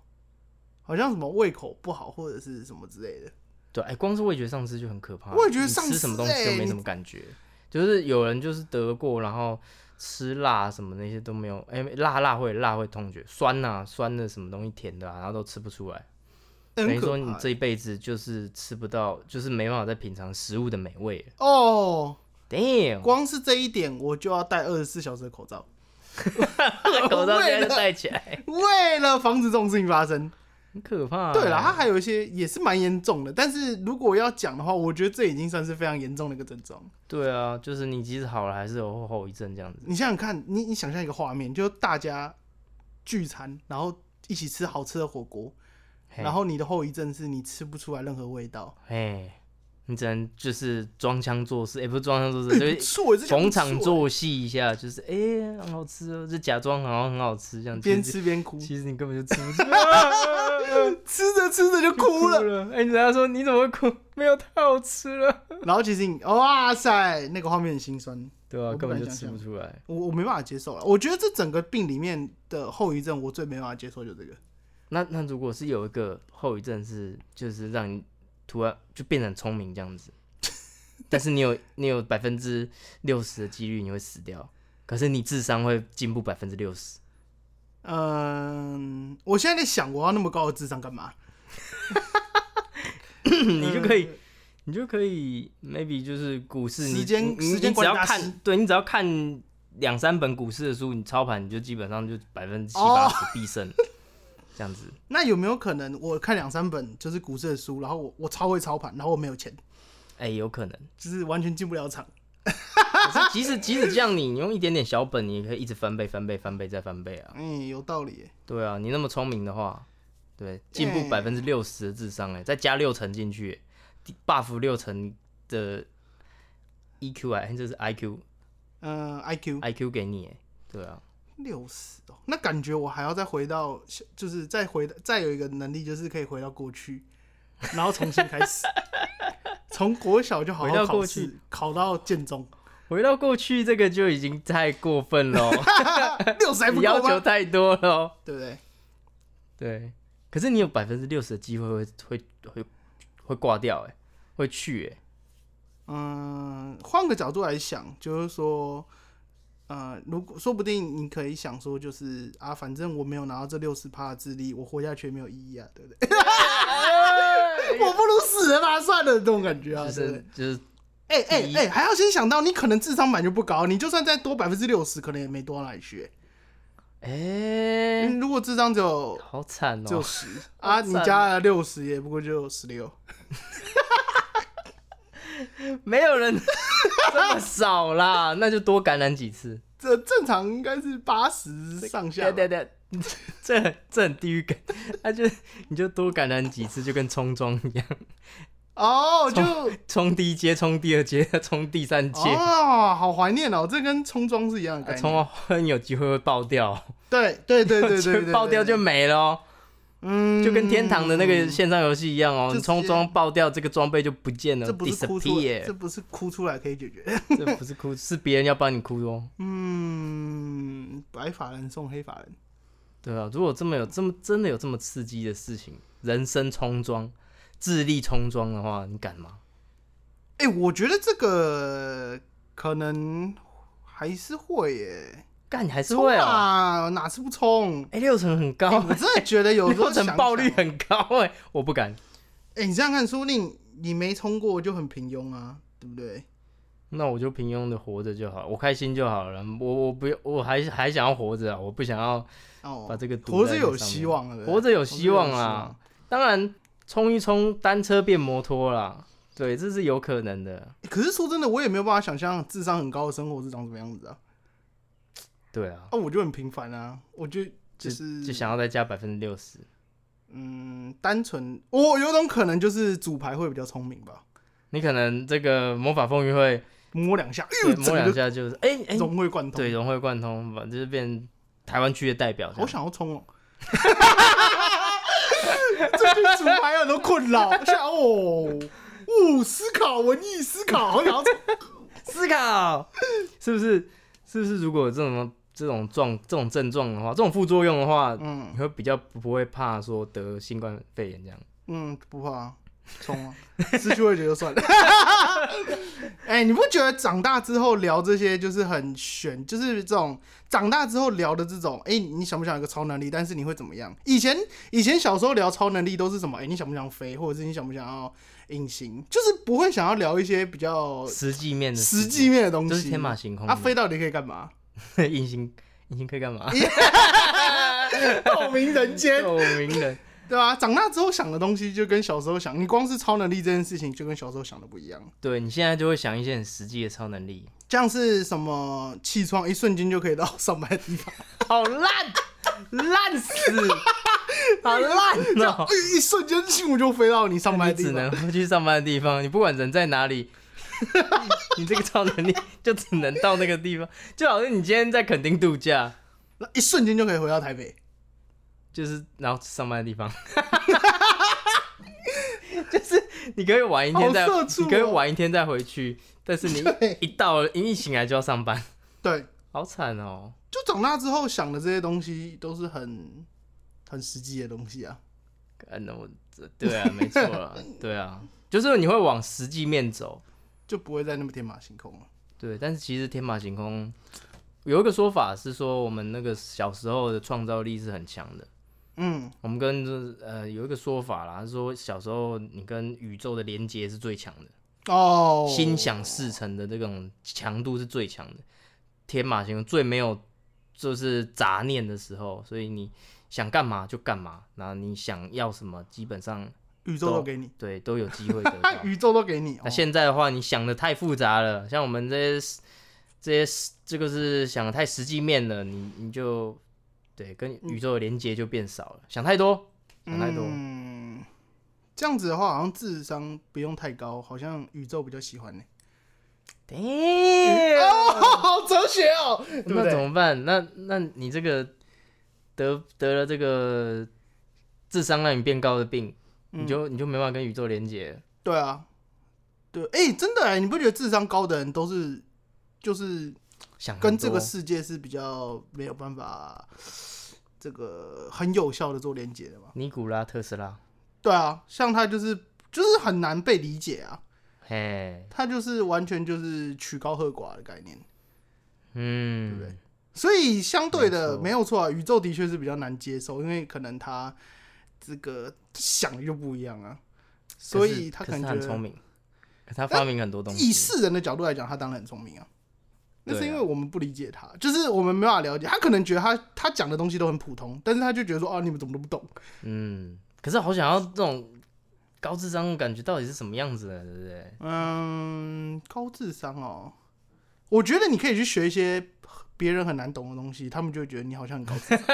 [SPEAKER 1] 好像什么胃口不好，或者是什么之类的。
[SPEAKER 2] 对，哎，光是味觉丧失就很可怕。
[SPEAKER 1] 味觉丧
[SPEAKER 2] 你
[SPEAKER 1] 失
[SPEAKER 2] 吃什么东西都
[SPEAKER 1] 哎
[SPEAKER 2] 没
[SPEAKER 1] 你
[SPEAKER 2] 什么感觉，就是有人就是得过，然后吃辣什么那些都没有，哎，辣辣会辣会痛觉，酸呐、酸的什么东西甜的、啊，然后都吃不出来。
[SPEAKER 1] 哎
[SPEAKER 2] 等于
[SPEAKER 1] 很可
[SPEAKER 2] 说
[SPEAKER 1] 怕欸
[SPEAKER 2] 你这一辈子就是吃不到，就是没办法再品尝食物的美味了。
[SPEAKER 1] 哦，
[SPEAKER 2] Damn，
[SPEAKER 1] 光是这一点我就要戴二十四小时的口罩，
[SPEAKER 2] 口罩现
[SPEAKER 1] 为
[SPEAKER 2] 在
[SPEAKER 1] 了
[SPEAKER 2] 就戴起来。
[SPEAKER 1] 为了防止这种事情发 生。
[SPEAKER 2] 很可怕、欸
[SPEAKER 1] 对了，它还有一些也是蛮严重的，但是如果要讲的话，我觉得这已经算是非常严重的一个症状。
[SPEAKER 2] 对啊，就是你即使好了，还是有后后遗症这样子。
[SPEAKER 1] 你想想看，你你想象一个画面，就大家聚餐，然后一起吃好吃的火锅，
[SPEAKER 2] 嘿
[SPEAKER 1] 然，后你的后遗症是你吃不出来任何味道。
[SPEAKER 2] 哎，你只能就是装腔作势，也、不是装腔作
[SPEAKER 1] 哎
[SPEAKER 2] 势，就
[SPEAKER 1] 不
[SPEAKER 2] 是
[SPEAKER 1] 错，这讲
[SPEAKER 2] 逢
[SPEAKER 1] 不
[SPEAKER 2] 场
[SPEAKER 1] 错欸
[SPEAKER 2] 作戏一下，就是哎、很好吃哦，就假装好像很好吃这样。
[SPEAKER 1] 边
[SPEAKER 2] 其实
[SPEAKER 1] 吃边哭，
[SPEAKER 2] 其实你根本就吃 不出来，
[SPEAKER 1] 吃着吃着就哭 了。
[SPEAKER 2] 了。哎、人家说你怎么会哭？没有，太好吃了。
[SPEAKER 1] 然后其实你，哇塞，那个画面很心酸，
[SPEAKER 2] 对啊，
[SPEAKER 1] 我不
[SPEAKER 2] 根本
[SPEAKER 1] 敢
[SPEAKER 2] 就
[SPEAKER 1] 想
[SPEAKER 2] 吃不
[SPEAKER 1] 象
[SPEAKER 2] 出来。
[SPEAKER 1] 我我没办法接受了。我觉得这整个病里面的后遗症，我最没办法接受就这个。
[SPEAKER 2] 那那如果是有一个后遗症是，就是让你突然就变得很聪明这样子，但是你有你有百分之六十的几率你会死掉，可是你智商会进步百分之六十，
[SPEAKER 1] 嗯，我现在在想，我要那么高的智商干嘛？
[SPEAKER 2] 你就可以你就可以 maybe 就是股市你
[SPEAKER 1] 嗯时间
[SPEAKER 2] 你你
[SPEAKER 1] 时间
[SPEAKER 2] 你只
[SPEAKER 1] 管
[SPEAKER 2] 要
[SPEAKER 1] 理大师
[SPEAKER 2] 看对你只要看两三本股市的书，你操盘你就基本上就百分之七八
[SPEAKER 1] 哦
[SPEAKER 2] 十必胜，这样子
[SPEAKER 1] 那有没有可能我看两三本就是股市的书，然后我我超会操盘，然后我没有钱，
[SPEAKER 2] 哎、有可 能。
[SPEAKER 1] 就是完全进不了场？
[SPEAKER 2] 可是即使即使这样你，你用一点点小本，你也可以一直翻倍翻倍翻倍再翻倍啊。
[SPEAKER 1] 嗯，有道理耶。
[SPEAKER 2] 对啊，你那么聪明的话，对，进步百
[SPEAKER 1] 哎
[SPEAKER 2] 分之六十的智商、欸，哎，再加六成进去欸，buff 六成的 EQ 哎，这是 IQ，IQ
[SPEAKER 1] 嗯、i q
[SPEAKER 2] 给你、欸，对啊，
[SPEAKER 1] 六十哦，那感觉我还要再回到，就是再回再有一个能力，就是可以回到过 去，然后重新开始，从国小就好
[SPEAKER 2] 回到
[SPEAKER 1] 好
[SPEAKER 2] 过
[SPEAKER 1] 考
[SPEAKER 2] 去
[SPEAKER 1] 试，考到建 中，
[SPEAKER 2] 回到过去这个就已经太过 分了哦，
[SPEAKER 1] 六十还不
[SPEAKER 2] 你要
[SPEAKER 1] 够
[SPEAKER 2] 求
[SPEAKER 1] 吗？
[SPEAKER 2] 太多了哦，
[SPEAKER 1] 对不对？
[SPEAKER 2] 对，可是你有百分之六十的机会会会会会挂掉、欸，哎，会去、欸，
[SPEAKER 1] 嗯，换个角度来想，就是说，呃，如果说不定你可以想说，就是啊，反正我没有拿到这六十趴的智力，我活下去也没有意义啊，对不对？ 我不如死了吧，算了，这种感觉啊，对
[SPEAKER 2] 就
[SPEAKER 1] 不
[SPEAKER 2] 是
[SPEAKER 1] 哎对？
[SPEAKER 2] 就是
[SPEAKER 1] 哎哎哎，还要先想到，你可能智商本来就不高，你就算再多百分之六十，可能也没多到哪里去、
[SPEAKER 2] 哎、
[SPEAKER 1] 嗯，如果智商只有
[SPEAKER 2] 好惨
[SPEAKER 1] 只有
[SPEAKER 2] 哦，
[SPEAKER 1] 十、
[SPEAKER 2] 好
[SPEAKER 1] 啊，你
[SPEAKER 2] 惨
[SPEAKER 1] 加了六十，也不过就十六。
[SPEAKER 2] 没有人 这么少啦，那就多感染几次。
[SPEAKER 1] 这正常应该是八十上下吧，
[SPEAKER 2] 对对 对，这很这很地狱感，他就你就多感染几次，就跟冲撞一样，
[SPEAKER 1] 哦，就
[SPEAKER 2] 冲第一阶，冲第二阶，冲第三阶，
[SPEAKER 1] 哦，好怀念哦，这跟冲撞是一样的概
[SPEAKER 2] 啊
[SPEAKER 1] 念。
[SPEAKER 2] 冲、很有机会会爆掉，
[SPEAKER 1] 对对对对对对对对，
[SPEAKER 2] 爆掉 就没了、哦，
[SPEAKER 1] 嗯，
[SPEAKER 2] 就跟天堂的那个线上游戏一样哦，
[SPEAKER 1] 就
[SPEAKER 2] 你
[SPEAKER 1] 直
[SPEAKER 2] 冲
[SPEAKER 1] 接
[SPEAKER 2] 撞爆掉，这个装备就不见了
[SPEAKER 1] 这不是哭出来，这
[SPEAKER 2] ，disappear，
[SPEAKER 1] 不是哭出来可以解决。
[SPEAKER 2] 这不是哭，是别人要帮你哭哦。
[SPEAKER 1] 嗯，白发人送黑发人，
[SPEAKER 2] 对啊，如果这么有这么真的有这么刺激的事情，人生冲撞、智力冲撞的话，你敢吗？
[SPEAKER 1] 哎、我觉得这个可能还是会耶，
[SPEAKER 2] 干，你还是
[SPEAKER 1] 冲
[SPEAKER 2] 会哦。
[SPEAKER 1] 啊，哪次不冲？
[SPEAKER 2] 哎、六成很高，
[SPEAKER 1] 哎我真的觉得有时候
[SPEAKER 2] 六
[SPEAKER 1] 想
[SPEAKER 2] 成
[SPEAKER 1] 想
[SPEAKER 2] 爆率，很高哎、我不敢。
[SPEAKER 1] 哎、你这样看，说不定你没冲过就很平庸啊，对不对？
[SPEAKER 2] 那我就平庸的活着就好，我开心就好了。我我不要，我还还想要活着啊！我不想要
[SPEAKER 1] 哦，
[SPEAKER 2] 把这个堵
[SPEAKER 1] 活
[SPEAKER 2] 在
[SPEAKER 1] 着
[SPEAKER 2] 这
[SPEAKER 1] 有
[SPEAKER 2] 上
[SPEAKER 1] 希
[SPEAKER 2] 面
[SPEAKER 1] 望了，对
[SPEAKER 2] 活着有希望啊
[SPEAKER 1] 活着有希哎
[SPEAKER 2] 啦。当然，冲一冲，单车变摩托啦，对，这是有可能的。
[SPEAKER 1] 欸可是说真的，我也没有办法想象智商很高的生活是长什么样子啊！
[SPEAKER 2] 对啊，
[SPEAKER 1] 啊，我就很平凡啊，我就就是
[SPEAKER 2] 就想要再加百分之六十。
[SPEAKER 1] 嗯，单纯，我有种可能就是主牌会比较聪明吧，
[SPEAKER 2] 你可能这个魔法风云会
[SPEAKER 1] 摸两下，
[SPEAKER 2] 对
[SPEAKER 1] 哎呦，
[SPEAKER 2] 摸
[SPEAKER 1] 整
[SPEAKER 2] 两
[SPEAKER 1] 个
[SPEAKER 2] 下就是，哎、哎、
[SPEAKER 1] 就融会贯通
[SPEAKER 2] 对，。融会贯通，反正就是变台湾区的代表这
[SPEAKER 1] 好
[SPEAKER 2] 样。
[SPEAKER 1] 想要冲哦！ 最近主牌有很多困 扰，我想哦，哦，思考文艺思考，好想要冲
[SPEAKER 2] 思考， 是不是？是不是？如果有这种这种状这种症状的话，这种副作用的话，
[SPEAKER 1] 嗯
[SPEAKER 2] 你会比较不会怕说得新冠肺炎这样。
[SPEAKER 1] 嗯，不怕，冲啊！ 失去味觉就算 了。哎、你不觉得长大之后聊这些就是很玄，就是这种长大之后聊的这种，哎、你想不想有个超能力？但是你会怎么样？以前以前小时候聊超能力都是什么？哎、你想不想飞，或者是你想不想要隐形？就是不会想要聊一些比较
[SPEAKER 2] 实际面的
[SPEAKER 1] 哦实际面的东西。
[SPEAKER 2] 就是天马行空
[SPEAKER 1] 啊，飞到底可以干嘛？
[SPEAKER 2] 隐形隐形可以干嘛？
[SPEAKER 1] 透明人间，
[SPEAKER 2] 透明人，
[SPEAKER 1] 对吧、长大之后想的东西就跟小时候想，你光是超能力这件事情就跟小时候想的不一样。
[SPEAKER 2] 对你现在就会想一些很实际的超 能力，
[SPEAKER 1] 像是什么气窗，一瞬间就可以到上班的地 方，
[SPEAKER 2] 好烂，烂死，好 烂哦、
[SPEAKER 1] 一瞬间幸福就飞到你上班
[SPEAKER 2] 你
[SPEAKER 1] 的地
[SPEAKER 2] 只
[SPEAKER 1] 方。
[SPEAKER 2] 能回去上班的地方，你不管人在哪里， 你这个超能力就只能到那个地方，就好像你今天在垦丁度假，
[SPEAKER 1] 那一瞬间就可以回到台北，
[SPEAKER 2] 就是然后上班的地方， 就是你可以玩一天再，
[SPEAKER 1] 好社畜哦
[SPEAKER 2] 你可以玩一天再回去，但是你
[SPEAKER 1] 对
[SPEAKER 2] 一到你一醒来就要上班，
[SPEAKER 1] 对，
[SPEAKER 2] 好惨哦、
[SPEAKER 1] 就长大之后想的这些东西都是很很实际的东西啊。
[SPEAKER 2] 嗯，那我这 对啊，没错啦，对啊，就是你会往实际面走，
[SPEAKER 1] 就不会再那么天马行空了。
[SPEAKER 2] 对，但是其实天马行空。有一个说法是说，我们那个小时候的创造力是很强的。
[SPEAKER 1] 嗯，
[SPEAKER 2] 我们跟就是呃有一个说法啦，是说小时候你跟宇宙的连接是最强的，
[SPEAKER 1] 哦，
[SPEAKER 2] 心想事成的这种强度是最强的，天马行空最没有就是杂念的时候，所以你想干嘛就干嘛，然后你想要什么基本上
[SPEAKER 1] 宇宙都给你，
[SPEAKER 2] 对都有机会得到。
[SPEAKER 1] 宇宙都给你。
[SPEAKER 2] 那
[SPEAKER 1] 哦
[SPEAKER 2] 现在的话，你想的太复杂了，像我们这些这些这个是想的太实际面了，你你就对跟宇宙的连接就变少了，想太多，想太多。
[SPEAKER 1] 嗯，这样子的话，好像智商不用太高，好像宇宙比较喜欢呢、
[SPEAKER 2] Damn！
[SPEAKER 1] 哦，好哲学 哦，对不
[SPEAKER 2] 那怎
[SPEAKER 1] 对？
[SPEAKER 2] 么办？那那你这个得得了这个智商让你变高的病，
[SPEAKER 1] 嗯
[SPEAKER 2] 你就你就没办法跟宇宙连接了。
[SPEAKER 1] 对啊，对，哎、真的哎、你不觉得智商高的人都是就是
[SPEAKER 2] 想很
[SPEAKER 1] 跟这个
[SPEAKER 2] 多
[SPEAKER 1] 世界是比较没有办法这个很有效的做连接的吗？
[SPEAKER 2] 尼古拉特斯拉，
[SPEAKER 1] 对啊，像他就是就是很难被理解啊，
[SPEAKER 2] 嘿，
[SPEAKER 1] 他就是完全就是曲高和寡的概念，
[SPEAKER 2] 嗯，
[SPEAKER 1] 对不对？所以相对
[SPEAKER 2] 没
[SPEAKER 1] 的
[SPEAKER 2] 错
[SPEAKER 1] 没有错啊，宇宙的确是比较难接受，因为可能他这个想的就不一样啊，所以他
[SPEAKER 2] 可
[SPEAKER 1] 可
[SPEAKER 2] 是
[SPEAKER 1] 能
[SPEAKER 2] 他
[SPEAKER 1] 觉
[SPEAKER 2] 很聪
[SPEAKER 1] 得
[SPEAKER 2] 明，可他发明很多东
[SPEAKER 1] 以
[SPEAKER 2] 西，
[SPEAKER 1] 世人的角度来讲，他当然很聪明啊。那是
[SPEAKER 2] 对啊
[SPEAKER 1] 因为我们不理解他，就是我们没办法了解他。可能觉得他他讲的东西都很普通，但是他就觉得说啊，你们怎么都不懂。
[SPEAKER 2] 嗯，可是好想要这种高智商的感觉到底是什么样子的，对不对？
[SPEAKER 1] 嗯，高智商哦，我觉得你可以去学一些别人很难懂的东西，他们就会觉得你好像很高智商。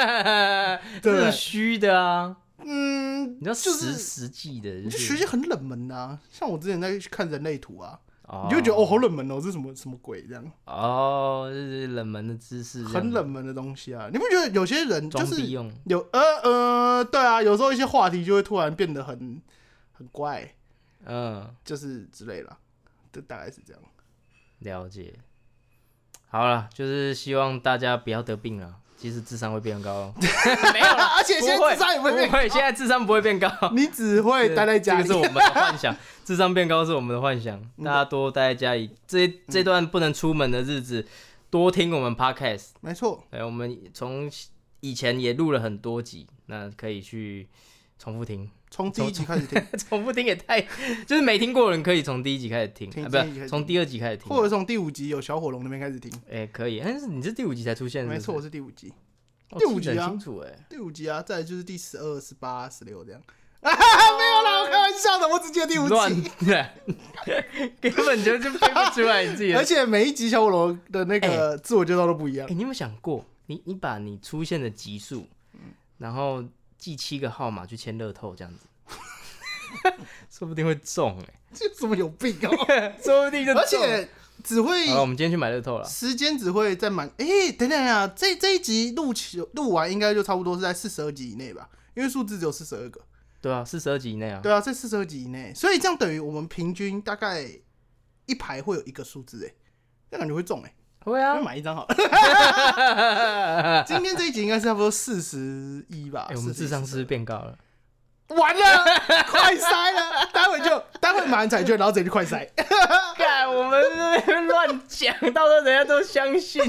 [SPEAKER 1] 对
[SPEAKER 2] 这是虚的啊，
[SPEAKER 1] 嗯，
[SPEAKER 2] 你知道
[SPEAKER 1] 就
[SPEAKER 2] 实
[SPEAKER 1] 是
[SPEAKER 2] 实际的，
[SPEAKER 1] 你
[SPEAKER 2] 就
[SPEAKER 1] 就学一
[SPEAKER 2] 是
[SPEAKER 1] 些很冷门的、啊，像我之前在看人类图啊，
[SPEAKER 2] 你
[SPEAKER 1] 你就会觉得哦，好冷门哦，这是什么什么鬼这样，
[SPEAKER 2] 哦，就是冷门的知识，
[SPEAKER 1] 很，冷门的东西啊。你不觉得有些人就
[SPEAKER 2] 装
[SPEAKER 1] 是
[SPEAKER 2] 逼啊用。
[SPEAKER 1] 有呃呃，对啊，有时候一些话题就会突然变得很很怪，
[SPEAKER 2] 嗯，
[SPEAKER 1] 就是之类的，这大概是这样。
[SPEAKER 2] 了解。好了，就是希望大家不要得病了。其实智商会变 高， 没有啦，
[SPEAKER 1] 而且现
[SPEAKER 2] 不
[SPEAKER 1] 在
[SPEAKER 2] 会
[SPEAKER 1] 智商也不会变
[SPEAKER 2] 不会，现在智商不会变高，
[SPEAKER 1] 你只会待在家
[SPEAKER 2] 这
[SPEAKER 1] 里嗯
[SPEAKER 2] 个是，我 们的幻想。智商变高是我们的幻想，大家多待在家里。这这段不能出门的日子，多听我们 podcast。
[SPEAKER 1] 没错，
[SPEAKER 2] 哎，我们从以前也录了很多集，那可以去重复 听，
[SPEAKER 1] 从第一集开始听，
[SPEAKER 2] 重复听也太， 就是没听过的人可以从第一集开始听，
[SPEAKER 1] 听
[SPEAKER 2] 啊、
[SPEAKER 1] 第一集
[SPEAKER 2] 不
[SPEAKER 1] 开
[SPEAKER 2] 是
[SPEAKER 1] 始
[SPEAKER 2] 从第二集开始听，
[SPEAKER 1] 或者从第五集有小火龙那边开始听。
[SPEAKER 2] 哎、可以，但是你是第五集才出现是不
[SPEAKER 1] 没
[SPEAKER 2] 是，
[SPEAKER 1] 错，我是第五集，
[SPEAKER 2] 哦，
[SPEAKER 1] 第五
[SPEAKER 2] 记得
[SPEAKER 1] 集啊
[SPEAKER 2] 很清楚哎、
[SPEAKER 1] 第五集啊，再来就是第十二、十八、十六这样。 没有啦，我开玩笑的，我只记得第五
[SPEAKER 2] 哦乱
[SPEAKER 1] 集。
[SPEAKER 2] 根本就就背不出来你自己的。
[SPEAKER 1] 而且每一集小火龙的那个自我介绍都不一样
[SPEAKER 2] 哎、。你有没有想过，你你把你出现的集数，
[SPEAKER 1] 嗯
[SPEAKER 2] 然后记七个号码去签乐透这样子， 说不定会中哎、
[SPEAKER 1] 这什么有病哦！
[SPEAKER 2] 说不定就中。
[SPEAKER 1] 而且只会
[SPEAKER 2] 好了，我们今天去买乐透了。
[SPEAKER 1] 时间只会在满。哎、等等啊，这这一集录起录完应该就差不多是在四十二集以内吧，因为数字只有四十二个。
[SPEAKER 2] 对啊，四十二集以内啊。
[SPEAKER 1] 对啊，在四十二集以内，所以这样等于我们平均大概一排会有一个数字、哎，那感觉会中哎、
[SPEAKER 2] 会
[SPEAKER 1] 那
[SPEAKER 2] 啊。
[SPEAKER 1] 买一张好了。今天这一集应该是差不多四十一吧
[SPEAKER 2] 哎、，我们智商是不是变高 了？
[SPEAKER 1] 41完了，快塞了，待会就待会买完彩券，然后直接就快塞。
[SPEAKER 2] 干，我们在那边乱讲，到时候人家都相信。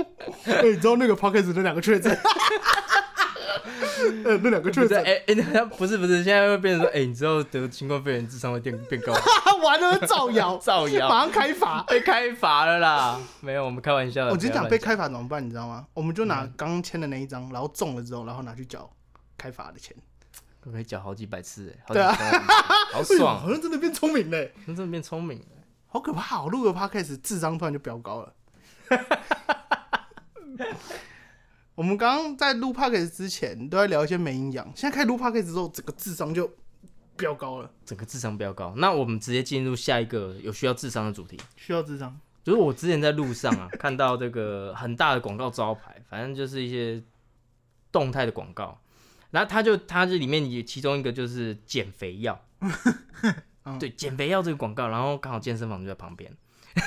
[SPEAKER 1] 哎、你知道那个 p o c k e t 那两个确诊？ 呃，那两个
[SPEAKER 2] 不
[SPEAKER 1] 确
[SPEAKER 2] 是，
[SPEAKER 1] 诊，
[SPEAKER 2] 哎、哎，那、不是不是，现在会变成说，哎、你知道得新冠肺炎智商会变变 高吗，
[SPEAKER 1] 他啊 完了造谣，
[SPEAKER 2] 造谣
[SPEAKER 1] 马上开罚。
[SPEAKER 2] 被开罚了啦。呃没有，我们开玩笑的。
[SPEAKER 1] 我只
[SPEAKER 2] 不要
[SPEAKER 1] 讲
[SPEAKER 2] 乱嗯
[SPEAKER 1] 被开罚怎么办，你知道吗？我们就拿刚刚签的那一张，然后中了之后，然后拿去缴开罚的钱。
[SPEAKER 2] 我可以缴好几百次哎、好
[SPEAKER 1] 对啊
[SPEAKER 2] 几千万好
[SPEAKER 1] 哎呦
[SPEAKER 2] 爽，
[SPEAKER 1] 好像真的变聪明嘞，
[SPEAKER 2] 那真的变聪明了。
[SPEAKER 1] 好可怕哦！我录个 podcast，智商突然就飙高了。 我们刚刚在录 podcast 之前都在聊一些没营养，现在开始录 podcast 之后，整个智商就飙高了。
[SPEAKER 2] 整个智商飙高，那我们直接进入下一个有需要智商的主题。
[SPEAKER 1] 需要智商？
[SPEAKER 2] 就是我之前在路上 啊，看到这个很大的广告招牌，反正就是一些动态的广告，然后它就它这里面也其中一个就是减肥药，
[SPEAKER 1] 嗯
[SPEAKER 2] 对，减肥药这个广告，然后刚好健身房就在旁边，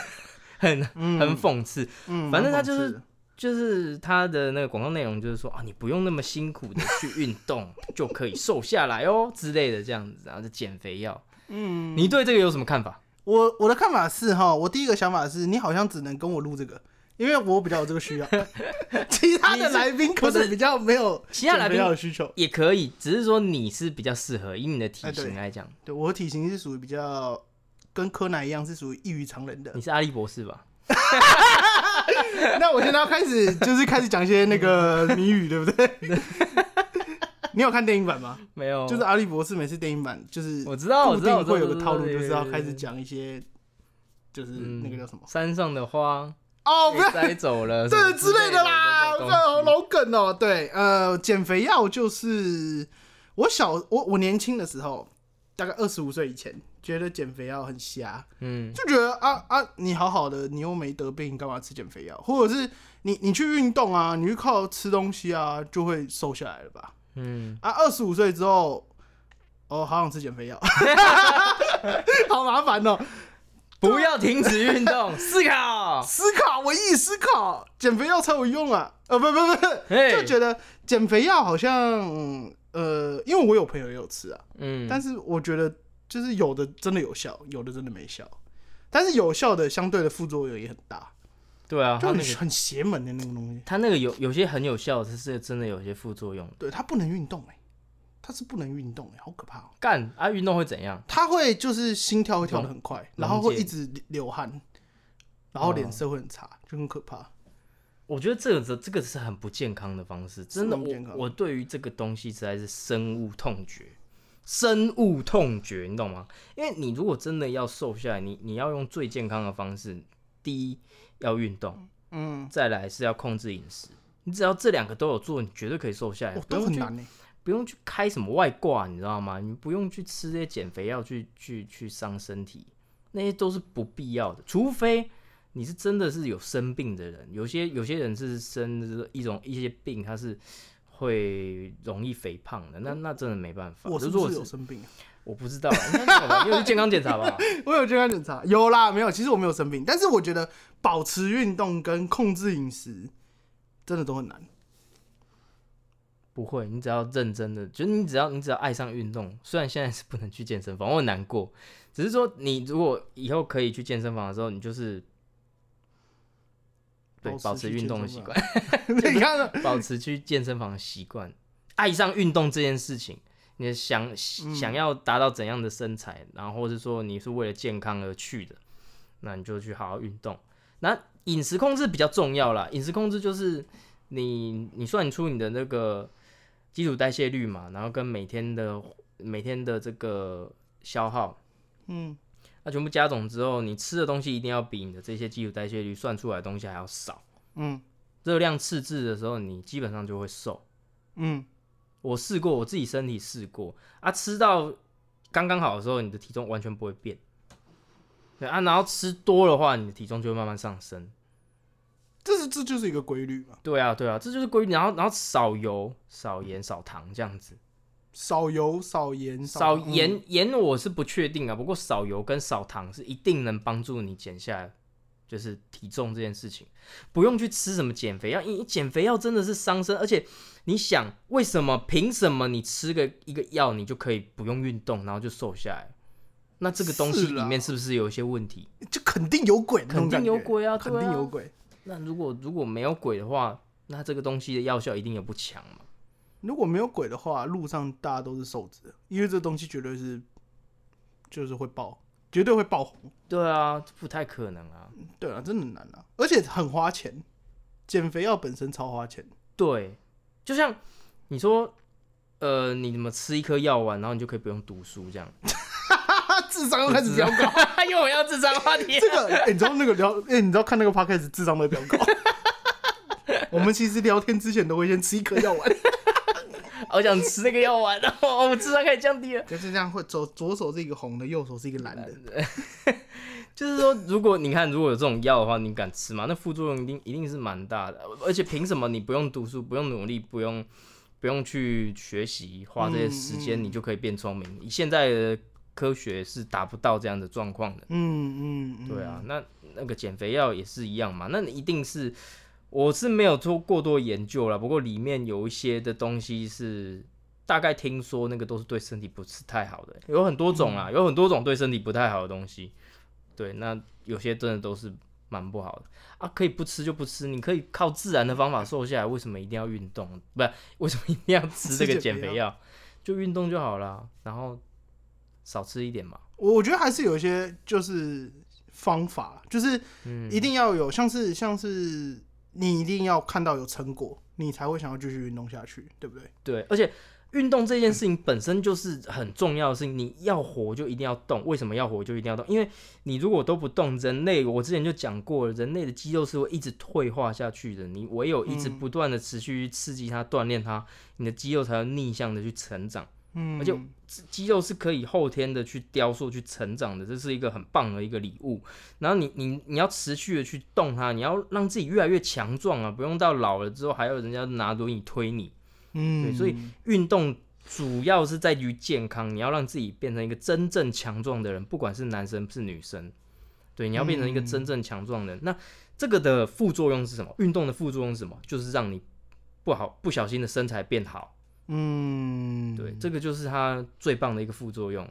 [SPEAKER 2] 很很讽刺，
[SPEAKER 1] 嗯，
[SPEAKER 2] 反正他
[SPEAKER 1] 蛮讽
[SPEAKER 2] 就是
[SPEAKER 1] 刺的
[SPEAKER 2] 就是它的那个广告内容就是说啊，你不用那么辛苦的去运动就可以瘦下来哦之类的这样子，然后就减肥药，嗯，你对这个有什么看法？
[SPEAKER 1] 我我的看法是哈，我第一个想法是你好像只能跟我录这个，因为我比较有这个 需要，其他的来宾可
[SPEAKER 2] 不是
[SPEAKER 1] 能比较没有
[SPEAKER 2] 其他来宾
[SPEAKER 1] 比较有需求。
[SPEAKER 2] 也可以，只是说你是比较适合，以你的体型来讲，
[SPEAKER 1] 对我的体型是属于比较跟柯南一样，是属于异于常人的
[SPEAKER 2] 你。是阿笠博士吧？
[SPEAKER 1] 那我现在要开始就是开始讲一些那 个谜语，对不对？你有看电影版吗？
[SPEAKER 2] 没有，
[SPEAKER 1] 就是阿笠博士每次电影版就是
[SPEAKER 2] 我知道，我
[SPEAKER 1] 固
[SPEAKER 2] 知
[SPEAKER 1] 定
[SPEAKER 2] 道，我知道
[SPEAKER 1] 会有个套路，就是要开始，
[SPEAKER 2] 对对对对
[SPEAKER 1] 讲一些就是那个叫什么
[SPEAKER 2] 对山上的花
[SPEAKER 1] 哦，不
[SPEAKER 2] 被
[SPEAKER 1] 要
[SPEAKER 2] 摘 走了，
[SPEAKER 1] 这
[SPEAKER 2] 什
[SPEAKER 1] 之
[SPEAKER 2] 么
[SPEAKER 1] 类的啦，
[SPEAKER 2] 这
[SPEAKER 1] 这
[SPEAKER 2] 种东
[SPEAKER 1] 好
[SPEAKER 2] 西
[SPEAKER 1] 老梗哦、对，呃，减肥药就是我小我我年轻的时候，大概二十五岁以前，觉得减肥药很瞎，
[SPEAKER 2] 嗯，
[SPEAKER 1] 就觉得啊啊，你好好的，你又没得病，你干嘛吃减肥药？或者是你你去运动啊，你去靠吃东西啊，就会瘦下来了吧？
[SPEAKER 2] 嗯，
[SPEAKER 1] 啊，二十五岁之后，哦，好想吃减肥药， 好麻烦哦、啊
[SPEAKER 2] 不要停止运动，思考，
[SPEAKER 1] 思考，我一思考，减肥药才有用啊！呃，不不不，
[SPEAKER 2] 嘿
[SPEAKER 1] 就觉得减肥药好像，嗯呃，因为我有朋友也有吃啊，
[SPEAKER 2] 嗯，
[SPEAKER 1] 但是我觉得就是有的真的有效，有的真的没效，但是有效的相对的副作用也很大，
[SPEAKER 2] 对啊，
[SPEAKER 1] 就
[SPEAKER 2] 他
[SPEAKER 1] 很
[SPEAKER 2] 那个
[SPEAKER 1] 很邪门的那种东西。
[SPEAKER 2] 他那个有有些很有效，它是真的有些副作用。
[SPEAKER 1] 对，它不能运动哎、它是不能运动哎、好可怕哦、
[SPEAKER 2] 干啊，运动会怎样？
[SPEAKER 1] 它会就是心跳会跳得很
[SPEAKER 2] 嗯
[SPEAKER 1] 快，然后会
[SPEAKER 2] 溶解
[SPEAKER 1] 一直流汗，然后
[SPEAKER 2] 啊
[SPEAKER 1] 脸色会很差，就很可怕。
[SPEAKER 2] 我觉得这个这这个是很不健康的方式，真的，
[SPEAKER 1] 是很不健
[SPEAKER 2] 我
[SPEAKER 1] 康
[SPEAKER 2] 我对于这个东西实在是深恶痛绝，深恶痛绝，你懂吗？因为你如果真的要瘦下来，你你要用最健康的方式，第一要运动，
[SPEAKER 1] 嗯，
[SPEAKER 2] 再来是要控制饮食。你只要这两个都有做，你绝对可以瘦下来，
[SPEAKER 1] 哦，
[SPEAKER 2] 不
[SPEAKER 1] 都
[SPEAKER 2] 用
[SPEAKER 1] 很
[SPEAKER 2] 去
[SPEAKER 1] 难哎、
[SPEAKER 2] 不用去开什么外挂，你知道吗？你不用去吃这些减肥药去去去伤身体，那些都是不必要的。除非你是真的是有生病的人，有些有些人是生一种一些病，他是会容易肥胖的，那那真的没办法。
[SPEAKER 1] 我是
[SPEAKER 2] 如
[SPEAKER 1] 不
[SPEAKER 2] 果
[SPEAKER 1] 是有
[SPEAKER 2] 是
[SPEAKER 1] 生病啊？
[SPEAKER 2] 我不知道啊，应该没有吧？你有去健康检查吧？
[SPEAKER 1] 我有健康检查，有啦，没有。其实我没有生病，但是我觉得保持运动跟控制饮食真的都很难。
[SPEAKER 2] 不会，你只要认真的，就是你只要你只要爱上运动，虽然现在是不能去健身房，我很难过，只是说你如果以后可以去健身房的时候，你就是对保
[SPEAKER 1] 保
[SPEAKER 2] 持
[SPEAKER 1] 持
[SPEAKER 2] 运动的
[SPEAKER 1] 去
[SPEAKER 2] 习
[SPEAKER 1] 健身
[SPEAKER 2] 惯，
[SPEAKER 1] 你看，啊
[SPEAKER 2] 保持去健身房的习惯，爱上运动这件事情，你想想要达到怎样的身材，然后或者说你是为了健康而去的，那你就去好好运动。那饮食控制比较重要啦，饮食控制就是你你算出你的那个基础代谢率嘛，然后跟每天的每天的这个消耗，
[SPEAKER 1] 嗯，
[SPEAKER 2] 那全部加总之后，你吃的东西一定要比你的这些基础代谢率算出来的东西还要少。
[SPEAKER 1] 嗯
[SPEAKER 2] 热量赤字的时候，你基本上就会瘦。
[SPEAKER 1] 嗯，
[SPEAKER 2] 我试过，我自己身体试过啊，吃到刚刚好的时候，你的体重完全不会变。对啊，然后吃多的话，你的体重就会慢慢上升。
[SPEAKER 1] 这是这就是一个规律嘛，
[SPEAKER 2] 对啊，对啊，这就是规律。然后，然后少油、少盐、少糖这样子。
[SPEAKER 1] 少油少盐
[SPEAKER 2] 少
[SPEAKER 1] 糖
[SPEAKER 2] 盐盐我是不确定啊，不过少油跟少糖是一定能帮助你减下就是体重这件事情，不用去吃什么减肥药，因为减肥药真的是伤身，而且你想为什么凭什么你吃个一个药你就可以不用运动然后就瘦下来？那这个东西
[SPEAKER 1] 是啦
[SPEAKER 2] 里面是不是有一些问题？
[SPEAKER 1] 嗯就肯定有鬼的那
[SPEAKER 2] 肯
[SPEAKER 1] 种感
[SPEAKER 2] 定
[SPEAKER 1] 觉，
[SPEAKER 2] 有鬼啊，
[SPEAKER 1] 肯
[SPEAKER 2] 对
[SPEAKER 1] 定
[SPEAKER 2] 啊
[SPEAKER 1] 有。鬼。
[SPEAKER 2] 那如果如果没有鬼的话，那这个东西的药效一定也不强嘛。
[SPEAKER 1] 如果没有鬼的话，路上大家都是瘦子的，因为这东西绝对是就是会爆，绝对会爆红。
[SPEAKER 2] 对啊，不太可能啊。
[SPEAKER 1] 对啊，真的很难啊，而且很花钱，减肥药本身超花钱。
[SPEAKER 2] 对，就像你说，呃，你怎么吃一颗药丸，然后你就可以不用读书这样？
[SPEAKER 1] 哈，智商又开始飙高。
[SPEAKER 2] 因为我要智商话题
[SPEAKER 1] 这个、欸你知道那个聊，哎、你知道看那个 podcast 智商都会飙高。 我们其实聊天之前都会先吃一颗药丸，
[SPEAKER 2] 好想吃那个药丸，然后我智商开始降低了。
[SPEAKER 1] 就是这样会左左手是一个红的，右手是一个蓝的。
[SPEAKER 2] 就是说，如果你看如果有这种药的话，你敢吃吗？那副作用一定一定是蛮大的，而且凭什么你不用读书、不用努力、不用不用去学习，花这些时
[SPEAKER 1] 嗯
[SPEAKER 2] 间，你就可以变聪明？以现在的科学是达不到这样的状况的。
[SPEAKER 1] 嗯嗯，嗯
[SPEAKER 2] 对啊，，那那个减肥药也是一样嘛，那你一定是我是没有做过多研究啦，不过里面有一些的东西是大概听说那个都是对身体不是太好的，有很多种
[SPEAKER 1] 嗯
[SPEAKER 2] 啊，有很多种对身体不太好的东西。对，那有些真的都是蛮不好的啊，可以不吃就不吃，你可以靠自然的方法瘦下来，为什么一定要运动？不是为什么一 定要吃这个
[SPEAKER 1] 吃减
[SPEAKER 2] 减
[SPEAKER 1] 肥
[SPEAKER 2] 肥药？就运动就好啦，然后少吃一点嘛。
[SPEAKER 1] 我我觉得还是有一些就是方法，就是
[SPEAKER 2] 嗯，
[SPEAKER 1] 一定要有，像是像是你一定要看到有成果，你才会想要继续运动下去，对不对？
[SPEAKER 2] 对，而且运动这件事情本身就是很重要的事情，你要活就一定要动。为什么要活就一定要动？因为你如果都不动，人类我之前就讲过了，人类的肌肉是会一直退化下去的。你唯有一直
[SPEAKER 1] 嗯
[SPEAKER 2] 不断的持续去刺激它、锻炼它，你的肌肉才会逆向的去成长。
[SPEAKER 1] 嗯，
[SPEAKER 2] 而且肌肉是可以后天的去雕塑、去成长的，这是一个很棒的一个礼物。然后你你你要持续的去动它，你要让自己越来越强壮啊，不用到老了之后还有人家拿轮椅推你。
[SPEAKER 1] 嗯，
[SPEAKER 2] 对所以运动主要是在于健康，你要让自己变成一个真正强壮的人，不管是男生是女生，对，你要变成
[SPEAKER 1] 嗯
[SPEAKER 2] 一个真正强壮的人。那这个的副作用是什么？运动的副作用是什么？就是让你不好不小心的身材变好，
[SPEAKER 1] 嗯，
[SPEAKER 2] 对，这个就是它最棒的一个副作用。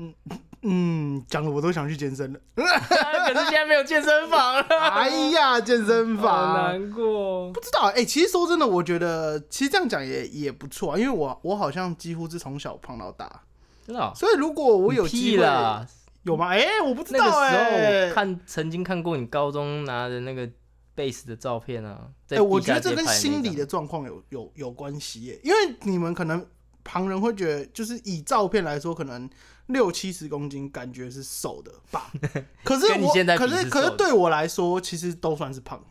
[SPEAKER 1] 嗯，讲的我都想去健身 了。
[SPEAKER 2] 可是现在没有健身房了，
[SPEAKER 1] 哎呀，健身
[SPEAKER 2] 好
[SPEAKER 1] 房。
[SPEAKER 2] 难过。
[SPEAKER 1] 不知道哎、其实说真的，我觉得其实这样讲也也不错啊，因为我我好像几乎是从小胖到大，
[SPEAKER 2] 真的哦、
[SPEAKER 1] 所以如果我有
[SPEAKER 2] 你
[SPEAKER 1] 机
[SPEAKER 2] 屁
[SPEAKER 1] 会，
[SPEAKER 2] 啦！
[SPEAKER 1] 有吗？哎、我不知
[SPEAKER 2] 那个
[SPEAKER 1] 道哎、
[SPEAKER 2] 时候我看曾经看过你高中拿的那个贝斯的照片啊，在
[SPEAKER 1] 哎、我
[SPEAKER 2] 地
[SPEAKER 1] 觉得
[SPEAKER 2] 下
[SPEAKER 1] 这
[SPEAKER 2] 街
[SPEAKER 1] 跟
[SPEAKER 2] 拍那
[SPEAKER 1] 心
[SPEAKER 2] 张
[SPEAKER 1] 理的状况有有有关系耶，因为你们可能旁人会觉得，就是以照片来说，可能六七十公斤感觉是瘦的 吧，可是
[SPEAKER 2] 跟你
[SPEAKER 1] 我
[SPEAKER 2] 现在
[SPEAKER 1] 可
[SPEAKER 2] 比
[SPEAKER 1] 是
[SPEAKER 2] 是
[SPEAKER 1] 可
[SPEAKER 2] 瘦
[SPEAKER 1] 是
[SPEAKER 2] 的
[SPEAKER 1] 对我来说，其实都算是胖，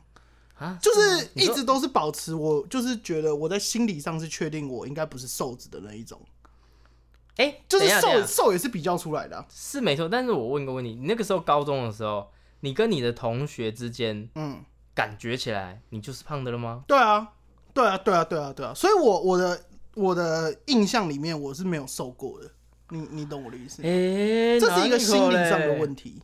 [SPEAKER 2] 啊，
[SPEAKER 1] 就是
[SPEAKER 2] 你
[SPEAKER 1] 一
[SPEAKER 2] 说
[SPEAKER 1] 直都是保持我就是觉得我在心理上是确定我应该不是瘦子的那一种，
[SPEAKER 2] 哎、
[SPEAKER 1] 就是
[SPEAKER 2] 等一下等一
[SPEAKER 1] 瘦
[SPEAKER 2] 下
[SPEAKER 1] 瘦也是比较出来的啊、
[SPEAKER 2] 是没错，但是我问个问题，你那个时候高中的时候，你跟你的同学之间
[SPEAKER 1] 嗯，
[SPEAKER 2] 感觉起来你就是胖的了吗？
[SPEAKER 1] 对啊，对啊，对啊，对啊，对啊，所以我我的我的印象里面我是没有瘦过的，你你懂我的意思吗？
[SPEAKER 2] 哎、
[SPEAKER 1] 这是一个
[SPEAKER 2] 欸
[SPEAKER 1] 心理上的
[SPEAKER 2] 题。
[SPEAKER 1] 问题。